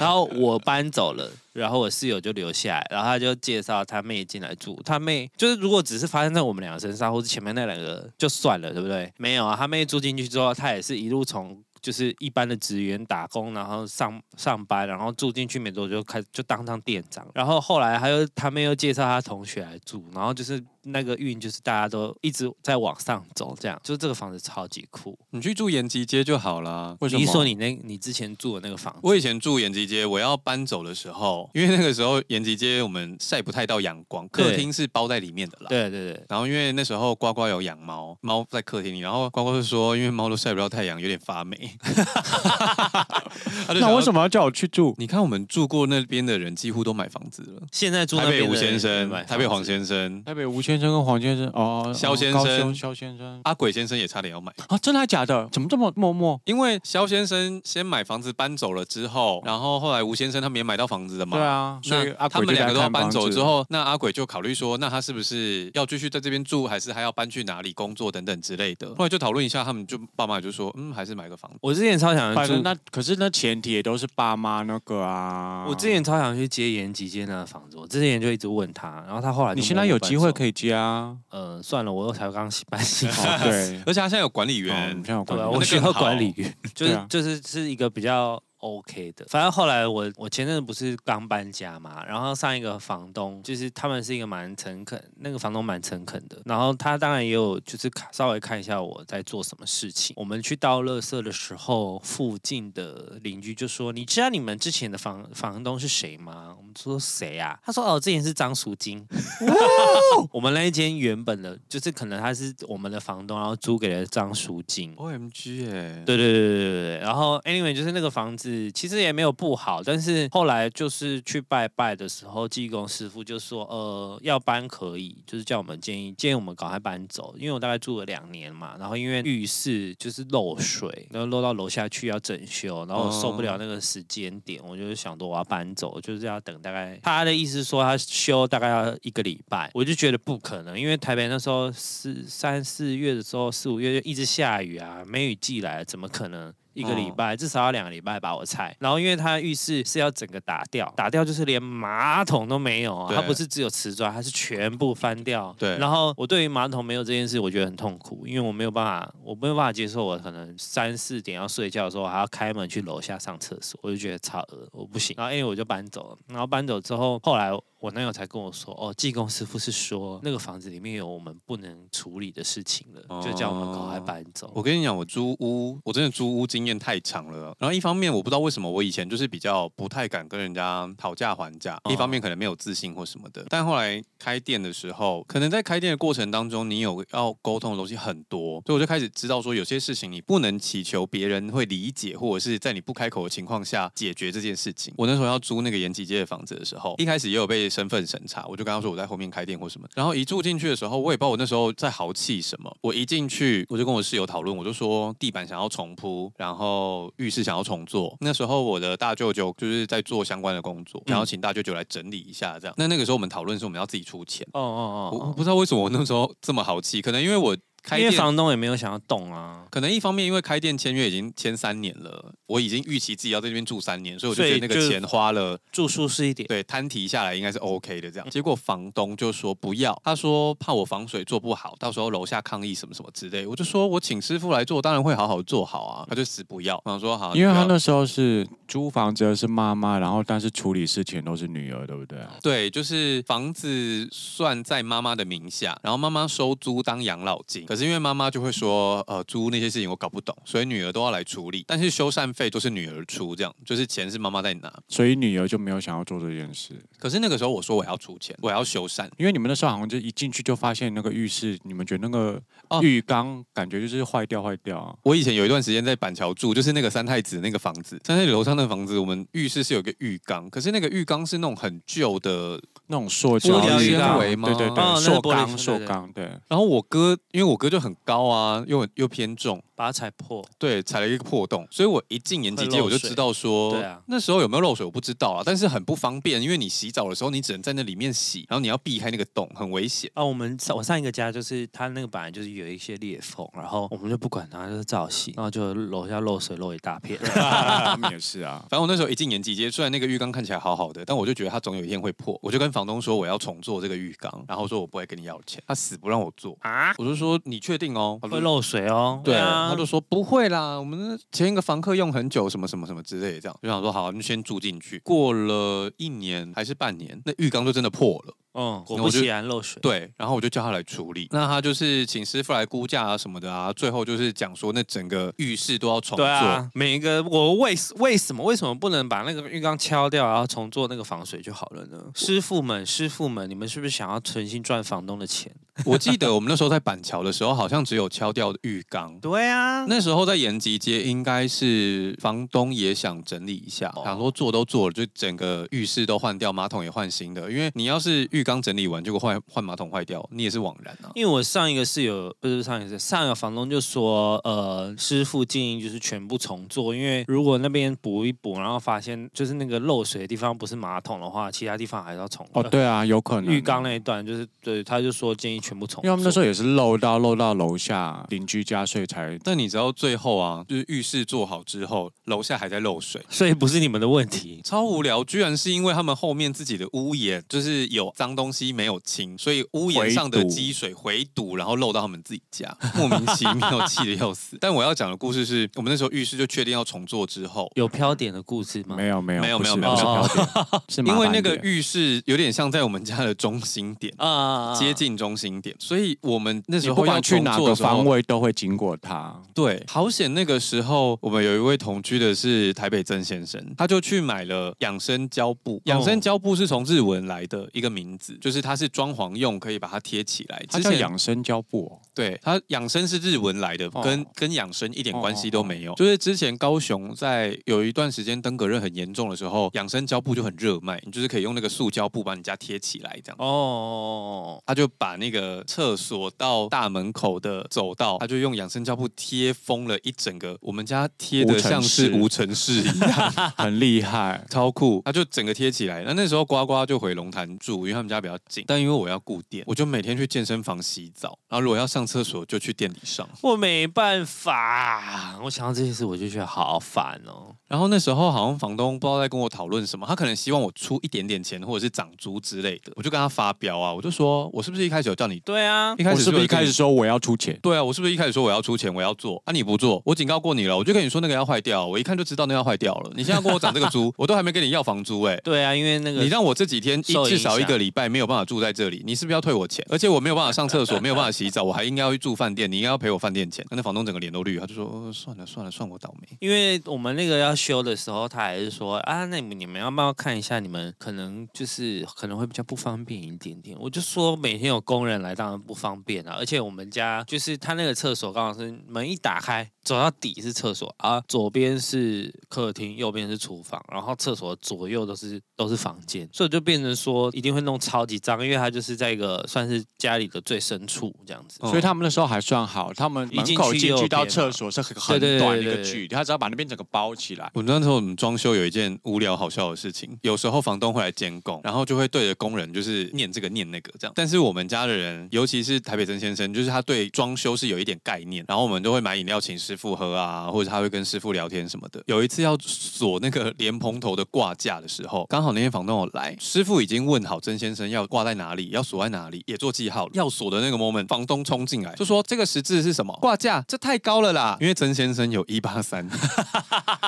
Speaker 3: 然后我搬走了，然后我室友就留下来，然后他就介绍他妹进来住。他妹就是如果只是发生在我们两个身上，或是前面那两个就算了，对不对？没有啊，他妹住进去之后，他也是一路从。就是一般的职员打工，然后上上班，然后住进去没多久就开就当上店长，然后后来他又他妹又介绍他同学来住，然后就是那个运就是大家都一直在往上走，这样就是这个房子超级酷。
Speaker 2: 你去住延吉街就好啦。
Speaker 1: 为什么？
Speaker 3: 你是说你那你之前住的那个房子，
Speaker 2: 我以前住延吉街，我要搬走的时候，因为那个时候延吉街我们晒不太到阳光，
Speaker 3: 对
Speaker 2: 客厅是包在里面的啦。
Speaker 3: 对对对，
Speaker 2: 然后因为那时候呱呱有养猫，猫在客厅里，然后呱呱就说，因为猫都晒不到太阳，有点发霉。
Speaker 1: 那为
Speaker 2: 么？
Speaker 1: 什么要叫我去住？
Speaker 2: 你看我们住过那边的人，几乎都买房子了。
Speaker 3: 现在住
Speaker 2: 台
Speaker 3: 那
Speaker 2: 北
Speaker 3: 边
Speaker 2: 吴
Speaker 3: 的
Speaker 2: 先
Speaker 3: 人
Speaker 2: 生
Speaker 3: 买、
Speaker 2: 台北
Speaker 3: 房
Speaker 2: 黄
Speaker 3: 子
Speaker 2: 先生、
Speaker 1: 台北吴先生跟黄先生哦，
Speaker 2: 肖先
Speaker 1: 高
Speaker 2: 生
Speaker 1: 肖先生
Speaker 2: 阿鬼先生也差点要买，
Speaker 1: 啊，真的还假的？怎么这么默默？
Speaker 2: 因为肖先生先买房子搬走了之后，然后后来吴先生他们也买到房子的嘛。
Speaker 1: 对啊，所以
Speaker 2: 那
Speaker 1: 阿
Speaker 2: 他
Speaker 1: 鬼
Speaker 2: 们
Speaker 1: 就
Speaker 2: 两
Speaker 1: 在
Speaker 2: 个都要
Speaker 1: 看
Speaker 2: 搬
Speaker 1: 房
Speaker 2: 走
Speaker 1: 子
Speaker 2: 之，后，那阿鬼就考虑说，那他是不是要继续在这边住，还是还要搬去哪里工作等等之类的。后来就讨论一下，他们就爸妈就说，嗯，还是买个房，
Speaker 3: 我之前超想
Speaker 1: 反
Speaker 3: 住
Speaker 1: 正，那可是那前提也都是爸妈那个啊。
Speaker 3: 我之前超想去接延吉接那个房子，我之前就一直问他，然后他后来
Speaker 1: 你现在有机会
Speaker 3: 以，
Speaker 1: 可以接 啊。
Speaker 3: 呃，算了，我又才刚搬新房。
Speaker 1: 哦，对
Speaker 2: 而且他现在有管理
Speaker 1: 哦你
Speaker 2: 员
Speaker 1: 现，在有
Speaker 3: 对
Speaker 1: 关
Speaker 3: 啊，
Speaker 1: 系
Speaker 3: 我
Speaker 2: 那
Speaker 3: 学
Speaker 2: 更
Speaker 3: 会
Speaker 2: 好
Speaker 3: 管理员，就是、
Speaker 1: 对啊
Speaker 3: 就是是一个比较 OK 的。反正后来我我前阵子不是刚搬家嘛，然后上一个房东就是他们是一个蛮诚恳，那个房东蛮诚恳的，然后他当然也有就是看稍微看一下我在做什么事情。我们去倒垃圾的时候，附近的邻居就说：“你知道你们之前的房房东是谁吗？”我们说谁啊？他说：“哦，之前是张淑金。” 我们那一间原本的，就是可能他是我们的房东，然后租给了张淑金。
Speaker 1: 哦
Speaker 2: O M G 哎，
Speaker 3: 对对对对对对。然后 anyway 就是那个房子其实也没有不好，但是后来就是去拜拜的时候，技工师傅就说，呃，要搬可以，就是叫我们建议建议我们赶快搬走，因为我大概住了两年嘛，然后因为浴室就是漏水，然后漏到楼下去要整修，然后我受不了那个时间点，我就想说我要搬走，就是要等大概他的意思是说他修大概要一个礼拜，我就觉得不可能，因为台北那时候四三四月的时候，四五月就一直下雨啊，梅雨季来了，怎么可能？一个礼拜、至少要两个礼拜吧，我猜。然后因为它浴室是要整个打掉，打掉就是连马桶都没有啊，
Speaker 2: 对
Speaker 3: 它不是只有瓷砖，它是全部翻掉。
Speaker 2: 对
Speaker 3: 然后我对于马桶没有这件事，我觉得很痛苦，因为我没有办法，我没有办法接受我可能三四点要睡觉的时候，我还要开门去楼下上厕所，我就觉得超恶，我不行。然后因为我就搬走了，然后搬走之后，后来我男友才跟我说，哦，技工师傅是说那个房子里面有我们不能处理的事情了，就叫我们赶快搬走。
Speaker 2: 我跟你讲，我租屋，我真的租屋经验太长了。然后一方面我不知道为什么我以前就是比较不太敢跟人家讨价还价，
Speaker 3: 哦
Speaker 2: 一方面可能没有自信或什么的。但后来开店的时候，可能在开店的过程当中，你有要沟通的东西很多，所以我就开始知道说，有些事情你不能祈求别人会理解，或者是在你不开口的情况下解决这件事情。我那时候要租那个延吉街的房子的时候，一开始也有被身份审查，我就跟他说我在后面开店或什么。然后一住进去的时候，我也不知道我那时候在豪气什么。我一进去，我就跟我室友讨论，我就说地板想要重铺，然后浴室想要重做。那时候我的大舅舅就是在做相关的工
Speaker 3: 嗯
Speaker 2: 作，然后请大舅舅来整理一下这样。那那个时候我们讨论说我们要自己出钱，
Speaker 3: 哦哦
Speaker 2: 我我不知道为什么我那时候这么豪气，可能因为我开
Speaker 3: 因为
Speaker 2: 店
Speaker 3: 房东也没有想要动啊，
Speaker 2: 可能一方面因为开店签约已经签三年了，我已经预期自己要在这边住三年，所以我就
Speaker 3: 所以
Speaker 2: 觉得那个
Speaker 3: 就
Speaker 2: 钱花了，
Speaker 3: 住舒适一点。
Speaker 2: 对摊提下来应该是 OK 的这
Speaker 1: 嗯
Speaker 2: 样。结果房东就说不要，他说怕我防水做不好，到时候楼下抗议什么什么之类。我就说我请师傅来做，当然会好好做好啊。他就死不要，我想说好，
Speaker 1: 因为他
Speaker 2: 你不要
Speaker 1: 那时候是租房子的是妈妈，然后但是处理事情都是女儿，对不对？
Speaker 2: 对，就是房子算在妈妈的名下，然后妈妈收租当养老金。可是因为妈妈就会说，呃，租那些事情我搞不懂，所以女儿都要来处理，但是修缮费都是女儿出，这样就是钱是妈妈在拿。
Speaker 1: 所以女儿就没有想要做这件事，
Speaker 2: 可是那个时候我说我要出钱，我要修缮，
Speaker 1: 因为你们那时候好像就一进去就发现那个浴室，你们觉得那个
Speaker 2: 哦
Speaker 1: 浴缸感觉就是坏掉坏掉啊。
Speaker 2: 我以前有一段时间在板桥住，就是那个三太子那个房子，三太子楼上那个房子，我们浴室是有一个浴缸，可是那个浴缸是那种很旧的。
Speaker 1: 那种塑
Speaker 2: 玻
Speaker 1: 胶
Speaker 2: 璃
Speaker 1: 浴
Speaker 2: 纤
Speaker 1: 缸
Speaker 2: 维吗
Speaker 1: 对对
Speaker 3: 哦
Speaker 1: 对，
Speaker 3: 那个
Speaker 1: 塑
Speaker 3: 玻璃
Speaker 1: 钢
Speaker 3: 纤维
Speaker 1: 塑
Speaker 3: 对
Speaker 1: 钢， 对，
Speaker 2: 然后我哥，因为我哥就很高啊，又很又偏重，
Speaker 3: 把它踩破。
Speaker 2: 对，踩了一个破洞，所以我一进延吉街我就知道说，
Speaker 3: 会漏水对啊
Speaker 2: 那时候有没有漏水我不知道啊，但是很不方便，因为你洗澡的时候你只能在那里面洗，然后你要避开那个洞，很危险。
Speaker 3: 啊，我们上我上一个家就是他那个本来就是有一些裂缝，然后啊我们就不管它，就是照洗，然后就楼下漏水漏一大片。
Speaker 1: 他们也是啊。
Speaker 2: 反正我那时候一进延吉街，虽然那个浴缸看起来好好的，但我就觉得它总有一天会破，我就跟房东说我要重做这个浴缸，然后说我不会跟你要钱，他死不让我做啊，我就说你确定哦，他就
Speaker 3: 会漏水 哦，
Speaker 2: 对，
Speaker 3: 啊，
Speaker 2: 他就说不会啦，我们前一个房客用很久，什么什么什么之类的，这样就想说好，那先住进去。过了一年还是半年，那浴缸就真的破了。
Speaker 3: 嗯，
Speaker 2: 那
Speaker 3: 果不
Speaker 2: 我就
Speaker 3: 其然漏水，
Speaker 2: 对，然后我就叫他来处理。那他就是请师傅来估价啊什么的啊，最后就是讲说那整个浴室都要重做。
Speaker 3: 对啊，每一个我为为什么为什么不能把那个浴缸敲掉，然后重做那个防水就好了呢？师傅们，师傅们，你们是不是想要存心赚房东的钱？
Speaker 2: 我记得我们那时候在板桥的时候，好像只有敲掉浴缸。
Speaker 3: 对啊，
Speaker 2: 那时候在延吉街，应该是房东也想整理一下
Speaker 3: 哦，
Speaker 2: 想说做都做了，就整个浴室都换掉，马桶也换新的。因为你要是浴刚整理完，结果换换马桶坏掉，你也是枉然啊。
Speaker 3: 因为我上一个室友不是上一个室友上一个房东就说，呃，师傅建议就是全部重做，因为如果那边补一补，然后发现就是那个漏水的地方不是马桶的话，其他地方还是要重。
Speaker 1: 哦，对啊，有可
Speaker 3: 呃，
Speaker 1: 能
Speaker 3: 浴缸那一段就是对，他就说建议全部重做。
Speaker 1: 因为他们那时候也是漏到漏到楼下邻居家，所以才
Speaker 2: 但你知道最后啊，就是浴室做好之后，楼下还在漏水，
Speaker 3: 所以不是你们的问题。
Speaker 2: 超无聊。居然是因为他们后面自己的屋檐就是有脏东西没有清，所以屋檐上的积水回堵，然后漏到他们自己家，莫名其妙，气得要死。但我要讲的故事是我们那时候浴室就确定要重做之后，
Speaker 3: 有飘点的故事吗？
Speaker 1: 没有没有
Speaker 2: 没有
Speaker 1: 不是
Speaker 2: 没有哦
Speaker 1: 不是
Speaker 3: 没有
Speaker 1: 标点是麻
Speaker 2: 因
Speaker 1: 烦
Speaker 2: 为那个
Speaker 1: 点
Speaker 2: 浴室有点像在我们家的中心点。
Speaker 3: 啊
Speaker 2: 接。近中心点，所以我们那时
Speaker 1: 你
Speaker 2: 候
Speaker 1: 不
Speaker 2: 要
Speaker 1: 管去
Speaker 2: 重
Speaker 1: 哪
Speaker 2: 做
Speaker 1: 个
Speaker 2: 的时候
Speaker 1: 方位嗯都会经过它。
Speaker 2: 对，好险！那个时候我们有一位同居的是台北曾先生，他就去买了养生胶
Speaker 1: 哦
Speaker 2: 布。养生胶布是从日文来的一个名字，就是它是装潢用，可以把它贴起来。
Speaker 1: 它
Speaker 2: 之
Speaker 1: 叫
Speaker 2: 前
Speaker 1: 养生胶布、哦，
Speaker 2: 对它养生是日文来的，
Speaker 1: 哦
Speaker 2: 跟跟养生一点关系都没有。就是之前高雄在有一段时间登革热很严重的时候，养生胶布就很热卖，你就是可以用那个塑胶布把你家贴起来这样。
Speaker 3: 哦，
Speaker 2: 他就把那个厕所到大门口的走道，他就用养生胶布贴封了一整个，我们家贴的像是无
Speaker 1: 无
Speaker 2: 尘室一样，。
Speaker 1: 很厉害
Speaker 2: 超酷。他就整个贴起来。那那时候呱呱就回龙潭住，因为他们家比较近，但因为我要顾店，我就每天去健身房洗澡，然后如果要上厕所就去店里上。
Speaker 3: 我没办法，我想到这件事我就觉得好烦哦。
Speaker 2: 然后那时候好像房东不知道在跟我讨论什么，他可能希望我出一点点钱或者是涨租之类的，我就跟他发飙啊，我就说我是不是一开始有叫你？
Speaker 3: 对啊
Speaker 2: 一，
Speaker 1: 我
Speaker 2: 开始
Speaker 1: 是不
Speaker 2: 有
Speaker 1: 是一
Speaker 2: 跟
Speaker 1: 开
Speaker 2: 你
Speaker 1: 始说我要出钱？
Speaker 2: 对啊，我是不是一开始说我要出钱，我要做啊？你不做，我警告过你了，我就跟你说那个要坏掉，我一看就知道那要坏掉了。你现在跟我涨这个 租，我都还没跟你要房租哎、
Speaker 3: 对啊，因为那个
Speaker 2: 你让我这几天一
Speaker 3: 受影
Speaker 2: 至少一
Speaker 3: 响
Speaker 2: 个礼拜没有办法住在这里，你是不是要退我钱？而且我没有办法上厕所，没有办法洗澡，我还应该要去住饭店，你应该要赔我饭店钱。那房东整个脸都绿，他就说、呃算了算了，算我倒霉。
Speaker 3: 因为我们那个要修的时候，他还是说啊，那你们你们要不要看一下？你们可能就是可能会比较不方便一点点。我就说每天有工人来，当然不方便啊。而且我们家就是他那个厕所刚好是门一打开，走到底是厕所啊，左边是客厅，右边是厨房，然后厕所左右都是都是房间，所以就变成说一定会弄超级脏，因为它就是在一个算是家里的最深处这样子。
Speaker 2: 嗯
Speaker 1: 所以他们那时候还算好，他们门口
Speaker 3: 一进去
Speaker 1: 进
Speaker 3: 右
Speaker 1: 去
Speaker 3: 边
Speaker 1: 到厕所是很很
Speaker 3: 对对对
Speaker 1: 短的一
Speaker 3: 对
Speaker 1: 个
Speaker 3: 对
Speaker 1: 距离，他只要把那边整个包起来。
Speaker 2: 我那时候我们装修有一件无聊好笑的事情，有时候房东会来监工，然后就会对着工人就是念这个念那个这样。但是我们家的人，尤其是台北曾先生，就是他对装修是有一点概念，然后我们都会买饮料请师傅喝啊，或者他会跟师傅聊天什么的。有一次要锁那个莲蓬头的挂架的时候，刚好那天房东有来，师傅已经问好曾先生要挂在哪里，要锁在哪里，也做记号了。要锁的那个 moment，房东冲进来就说：“这个十字是什么？挂架，这太高了啦！”因为曾先生有一八三，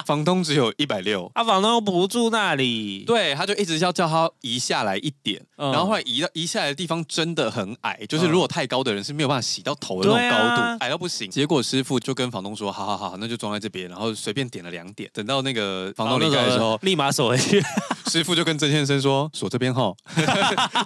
Speaker 2: 房东只有一百六。
Speaker 3: 啊，房东又不住那里，
Speaker 2: 对，他就一直要叫他移下来一点，
Speaker 3: 嗯
Speaker 2: 然后后来移到移下来的地方真的很矮，就是如果太高的人是没有办法洗到头的那种
Speaker 3: 对
Speaker 2: 高
Speaker 3: 啊
Speaker 2: 度，矮到不行。结果师傅就跟房东说：“好好好，那就装在这边。”然后随便点了两点，等到那个房东离开的时候，
Speaker 3: 立马锁回去。
Speaker 2: 师傅就跟曾先生说：“锁这边吼，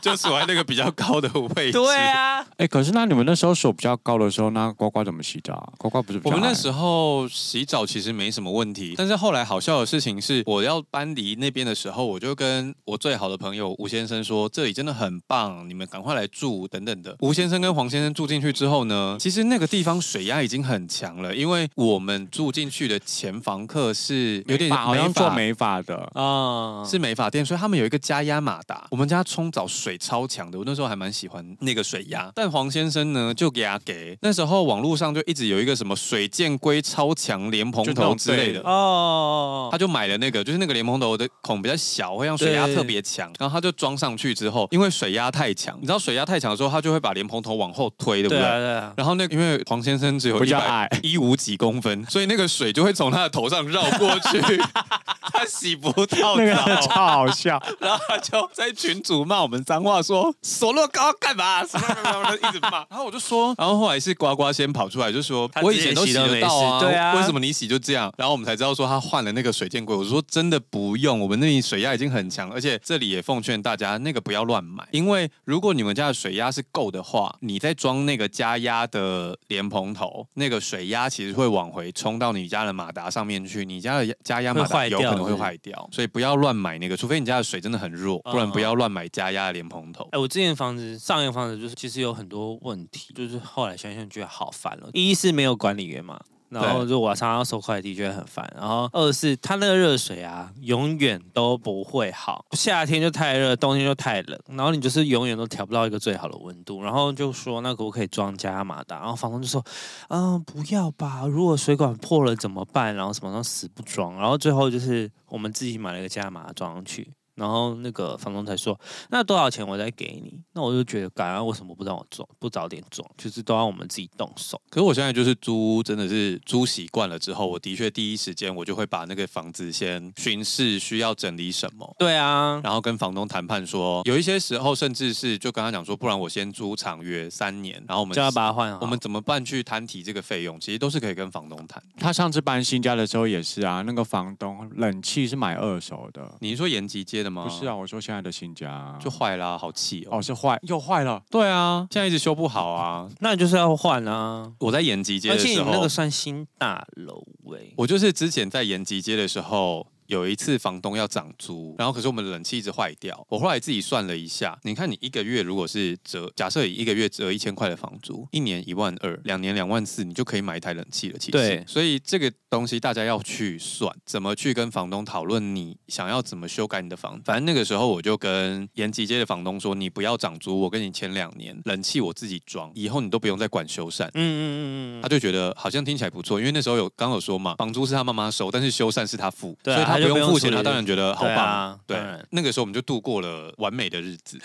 Speaker 2: 就锁在那个比较高的位置。”
Speaker 3: 对。啊，
Speaker 1: 哎，可是那你们那时候手比较高的时候，那呱呱怎么洗澡啊？呱呱不是比
Speaker 2: 我
Speaker 1: 较
Speaker 2: 们那
Speaker 1: 矮
Speaker 2: 时候洗澡其实没什么问题，但是后来好笑的事情是，我要搬离那边的时候，我就跟我最好的朋友吴先生说，这里真的很棒，你们赶快来住等等的。吴先生跟黄先生住进去之后呢，其实那个地方水压已经很强了，因为我们住进去的前房客是有点
Speaker 1: 美发好像
Speaker 2: 做
Speaker 1: 做美发的，嗯
Speaker 3: 啊、
Speaker 2: 是美发店，所以他们有一个加压马达。我们家冲澡水超强的，我那时候还蛮喜欢那个水压。但黄先生呢，就给他给那时候网络上就一直有一个什么水箭龟超强莲蓬
Speaker 1: 就那
Speaker 2: 头
Speaker 1: 种
Speaker 2: 之类
Speaker 1: 对
Speaker 2: 的。
Speaker 3: 哦，
Speaker 2: 他就买了那个，就是那个莲蓬头的孔比较小，会让水压
Speaker 3: 对
Speaker 2: 特别强。然后他就装上去之后，因为水压太强，你知道水压太强的时候，他就会把莲蓬头往后推，对不对？
Speaker 3: 啊对啊，
Speaker 2: 然后那因为黄先生只有
Speaker 1: 比
Speaker 2: 一
Speaker 1: 较
Speaker 2: 百
Speaker 1: 矮
Speaker 2: 一五几公分，所以那个水就会从他的头上绕过 去，他洗不 到
Speaker 1: 那个
Speaker 2: 澡
Speaker 1: 超好笑。
Speaker 2: 然后他 就在群主骂我们脏话说，索洛高干嘛？ 什么什么什么，一直骂。然后我就说，然后后来是呱呱先跑出来就说，
Speaker 3: 他
Speaker 2: 我
Speaker 3: 之
Speaker 2: 以
Speaker 3: 前
Speaker 2: 前都
Speaker 3: 洗
Speaker 2: 洗
Speaker 3: 都
Speaker 2: 得
Speaker 3: 没
Speaker 2: 到啊，
Speaker 3: 事对啊
Speaker 2: 为什么你洗就这样？然后我们才知道说他换了那个水箭龟。我说真的不用，我们那里水压已经很强，而且这里也奉劝大家那个不要乱买，因为如果你们家的水压是够的话，你在装那个加压的莲蓬头，那个水压其实会往回冲到你家的马达上面去，你家的加压马
Speaker 3: 会
Speaker 2: 达
Speaker 3: 坏
Speaker 2: 有
Speaker 3: 掉
Speaker 2: 可能会会坏掉，所以不要乱买那个，除非你家的水真的很弱，
Speaker 3: 嗯
Speaker 2: 不然不要乱买加压的莲蓬头。
Speaker 3: 哎，我之前房子上一个房子就是其实有很多问题，就是后来想想觉得好烦哦了、一是没有管理员嘛。然后就我常常要收快递，觉得很烦。然后二是它那个热水啊，永远都不会好，夏天就太热，冬天就太冷，然后你就是永远都调不到一个最好的温度。然后就说那可不可以装加马达？然后房东就说，嗯，不要吧，如果水管破了怎么办？然后什么都死不装。然后最后就是我们自己买了一个加马达装上去。然后那个房东才说，那多少钱我再给你？那我就觉得，感恩为什么不让我装，不早点装，就是都要我们自己动手。
Speaker 2: 可是我现在就是租屋，真的是租习惯了之后，我的确第一时间我就会把那个房子先巡视，需要整理什么。
Speaker 3: 对啊，
Speaker 2: 然后跟房东谈判说，有一些时候甚至是就跟他讲说，不然我先租长约三年，然后我们
Speaker 3: 就要把它换好。
Speaker 2: 我们怎么办去摊提这个费用，其实都是可以跟房东谈。
Speaker 1: 他上次搬新家的时候也是啊，那个房东冷气是买二手的，
Speaker 2: 你是说延吉街的吗？
Speaker 1: 不是，啊，我说现在的新家
Speaker 2: 就坏啦、好气哦。
Speaker 1: 哦是坏又坏了，
Speaker 2: 对啊，现在一直修不好啊。
Speaker 3: 那就是要换啊。
Speaker 2: 我在延吉街
Speaker 3: 而
Speaker 2: 的
Speaker 3: 且你
Speaker 2: 时
Speaker 3: 们那
Speaker 2: 候
Speaker 3: 个，算新大楼欸喂、
Speaker 2: 我就是之前在延吉街的时候。有一次房东要涨租，然后可是我们冷气一直坏掉。我后来自己算了一下，你看你一个月如果是折，假设以一个月折一千块的房租，一年一万二，两年两万四，你就可以买一台冷气了。其实，
Speaker 3: 对
Speaker 2: 所以这个东西大家要去算，怎么去跟房东讨论你想要怎么修改你的房子。反正那个时候我就跟延吉街的房东说，你不要涨租，我跟你签两年，冷气我自己装，以后你都不用再管修缮。
Speaker 3: 嗯嗯嗯嗯
Speaker 2: 他就觉得好像听起来不错，因为那时候有刚刚有说嘛，房租是他妈妈收，但是修缮是他付，
Speaker 3: 对啊
Speaker 2: 所以他
Speaker 3: 他就
Speaker 2: 不
Speaker 3: 不
Speaker 2: 用
Speaker 3: 用
Speaker 2: 付钱，
Speaker 3: 处理
Speaker 2: 他当然觉得好
Speaker 3: 对
Speaker 2: 棒。
Speaker 3: 啊，
Speaker 2: 对
Speaker 3: 当然，
Speaker 2: 那个时候我们就度过了完美的日 子，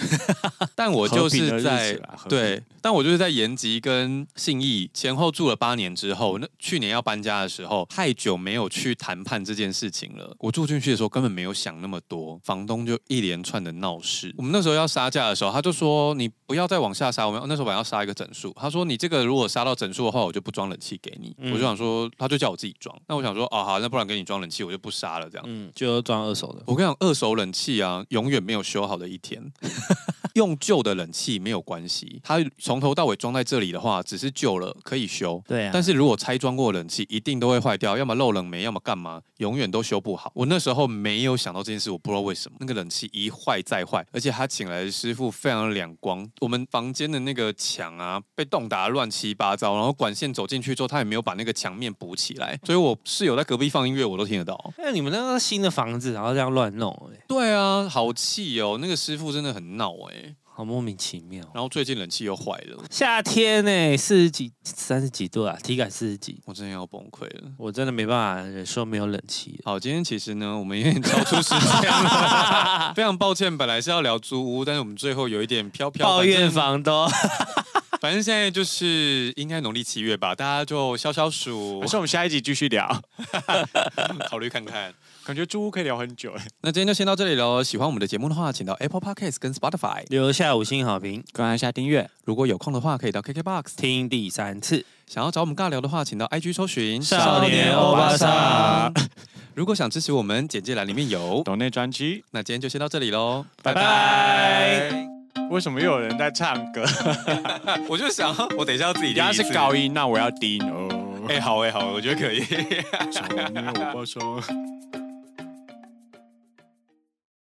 Speaker 2: 但我就
Speaker 1: 和平的
Speaker 2: 是
Speaker 1: 日
Speaker 2: 在
Speaker 1: 子啦啊和平
Speaker 2: 对，但我就是在延吉跟信义前后住了八年之后，那去年要搬家的时候，太久没有去谈判这件事情了。我住进去的时候根本没有想那么多，房东就一连串的闹事。我们那时候要杀价的时候，他就说你不要再往下杀，我们那时候本来要杀一个整数，他说你这个如果杀到整数的话，我就不装冷气给你。
Speaker 3: 嗯
Speaker 2: 我就想说，他就叫我自己装，那我想说哦好，那不然给你装冷气，我就不杀了这样。
Speaker 3: 嗯，就装二手的。
Speaker 2: 我跟你讲，二手冷气啊，永远没有修好的一天。 用旧的冷气没有关系，它从头到尾装在这里的话，只是旧了可以修。
Speaker 3: 对啊，
Speaker 2: 但是如果拆装过的冷气，一定都会坏掉，要么漏冷媒，要么干嘛，永远都修不好。我那时候没有想到这件事，我不知道为什么那个冷气一坏再坏，而且他请来的师傅非常两光。我们房间的那个墙啊，被洞打得乱七八糟，然后管线走进去之后，他也没有把那个墙面补起来，所以我室友在隔壁放音乐，我都听得到。
Speaker 3: 那哎你们那个新的房子，然后这样乱弄、哎，
Speaker 2: 对啊，好气哦！那个师傅真的很闹哎、
Speaker 3: 好莫名其妙。哦
Speaker 2: 然后最近冷气又坏了，
Speaker 3: 夏天呢、四十几、三十几度啊，体感四十几，
Speaker 2: 我真的要崩溃了。
Speaker 3: 我真的没办法忍受没有冷气。
Speaker 2: 好，今天其实呢，我们有 点超出时间 了，非常抱歉。本来是要聊租屋，但是我们最后有一点飘飘
Speaker 3: 抱怨
Speaker 2: 反
Speaker 3: 房东，
Speaker 2: 正反正现在就是应该农历七月吧，大家就消消暑
Speaker 1: 还，是我们下一集继续聊？
Speaker 2: 考虑看看。
Speaker 1: 感觉租屋可以聊很久哎。
Speaker 2: 那今天就先到这里喽。喜欢我们的节目的话，请到 Apple Podcast 跟 Spotify。
Speaker 3: 留下五星好评，
Speaker 1: 关一下订阅，
Speaker 2: 如果有空的话，可以到 KKBox。
Speaker 3: 听第三次。
Speaker 2: 想要找我们尬聊的话，请到 IG 搜寻
Speaker 3: 少年欧巴桑。
Speaker 2: 如果想支持我们，简介栏里面有。
Speaker 1: 岛内专辑，
Speaker 2: 那今天就先到这里喽，
Speaker 1: 拜拜。为什么又有人在唱歌？
Speaker 2: 啊我就想，我等一下要自己
Speaker 1: 人家是高 音，那我要低音哦。
Speaker 2: 哎
Speaker 1: 啊
Speaker 2: 哎、好哎、好，我觉得可以。
Speaker 1: 少年欧巴桑。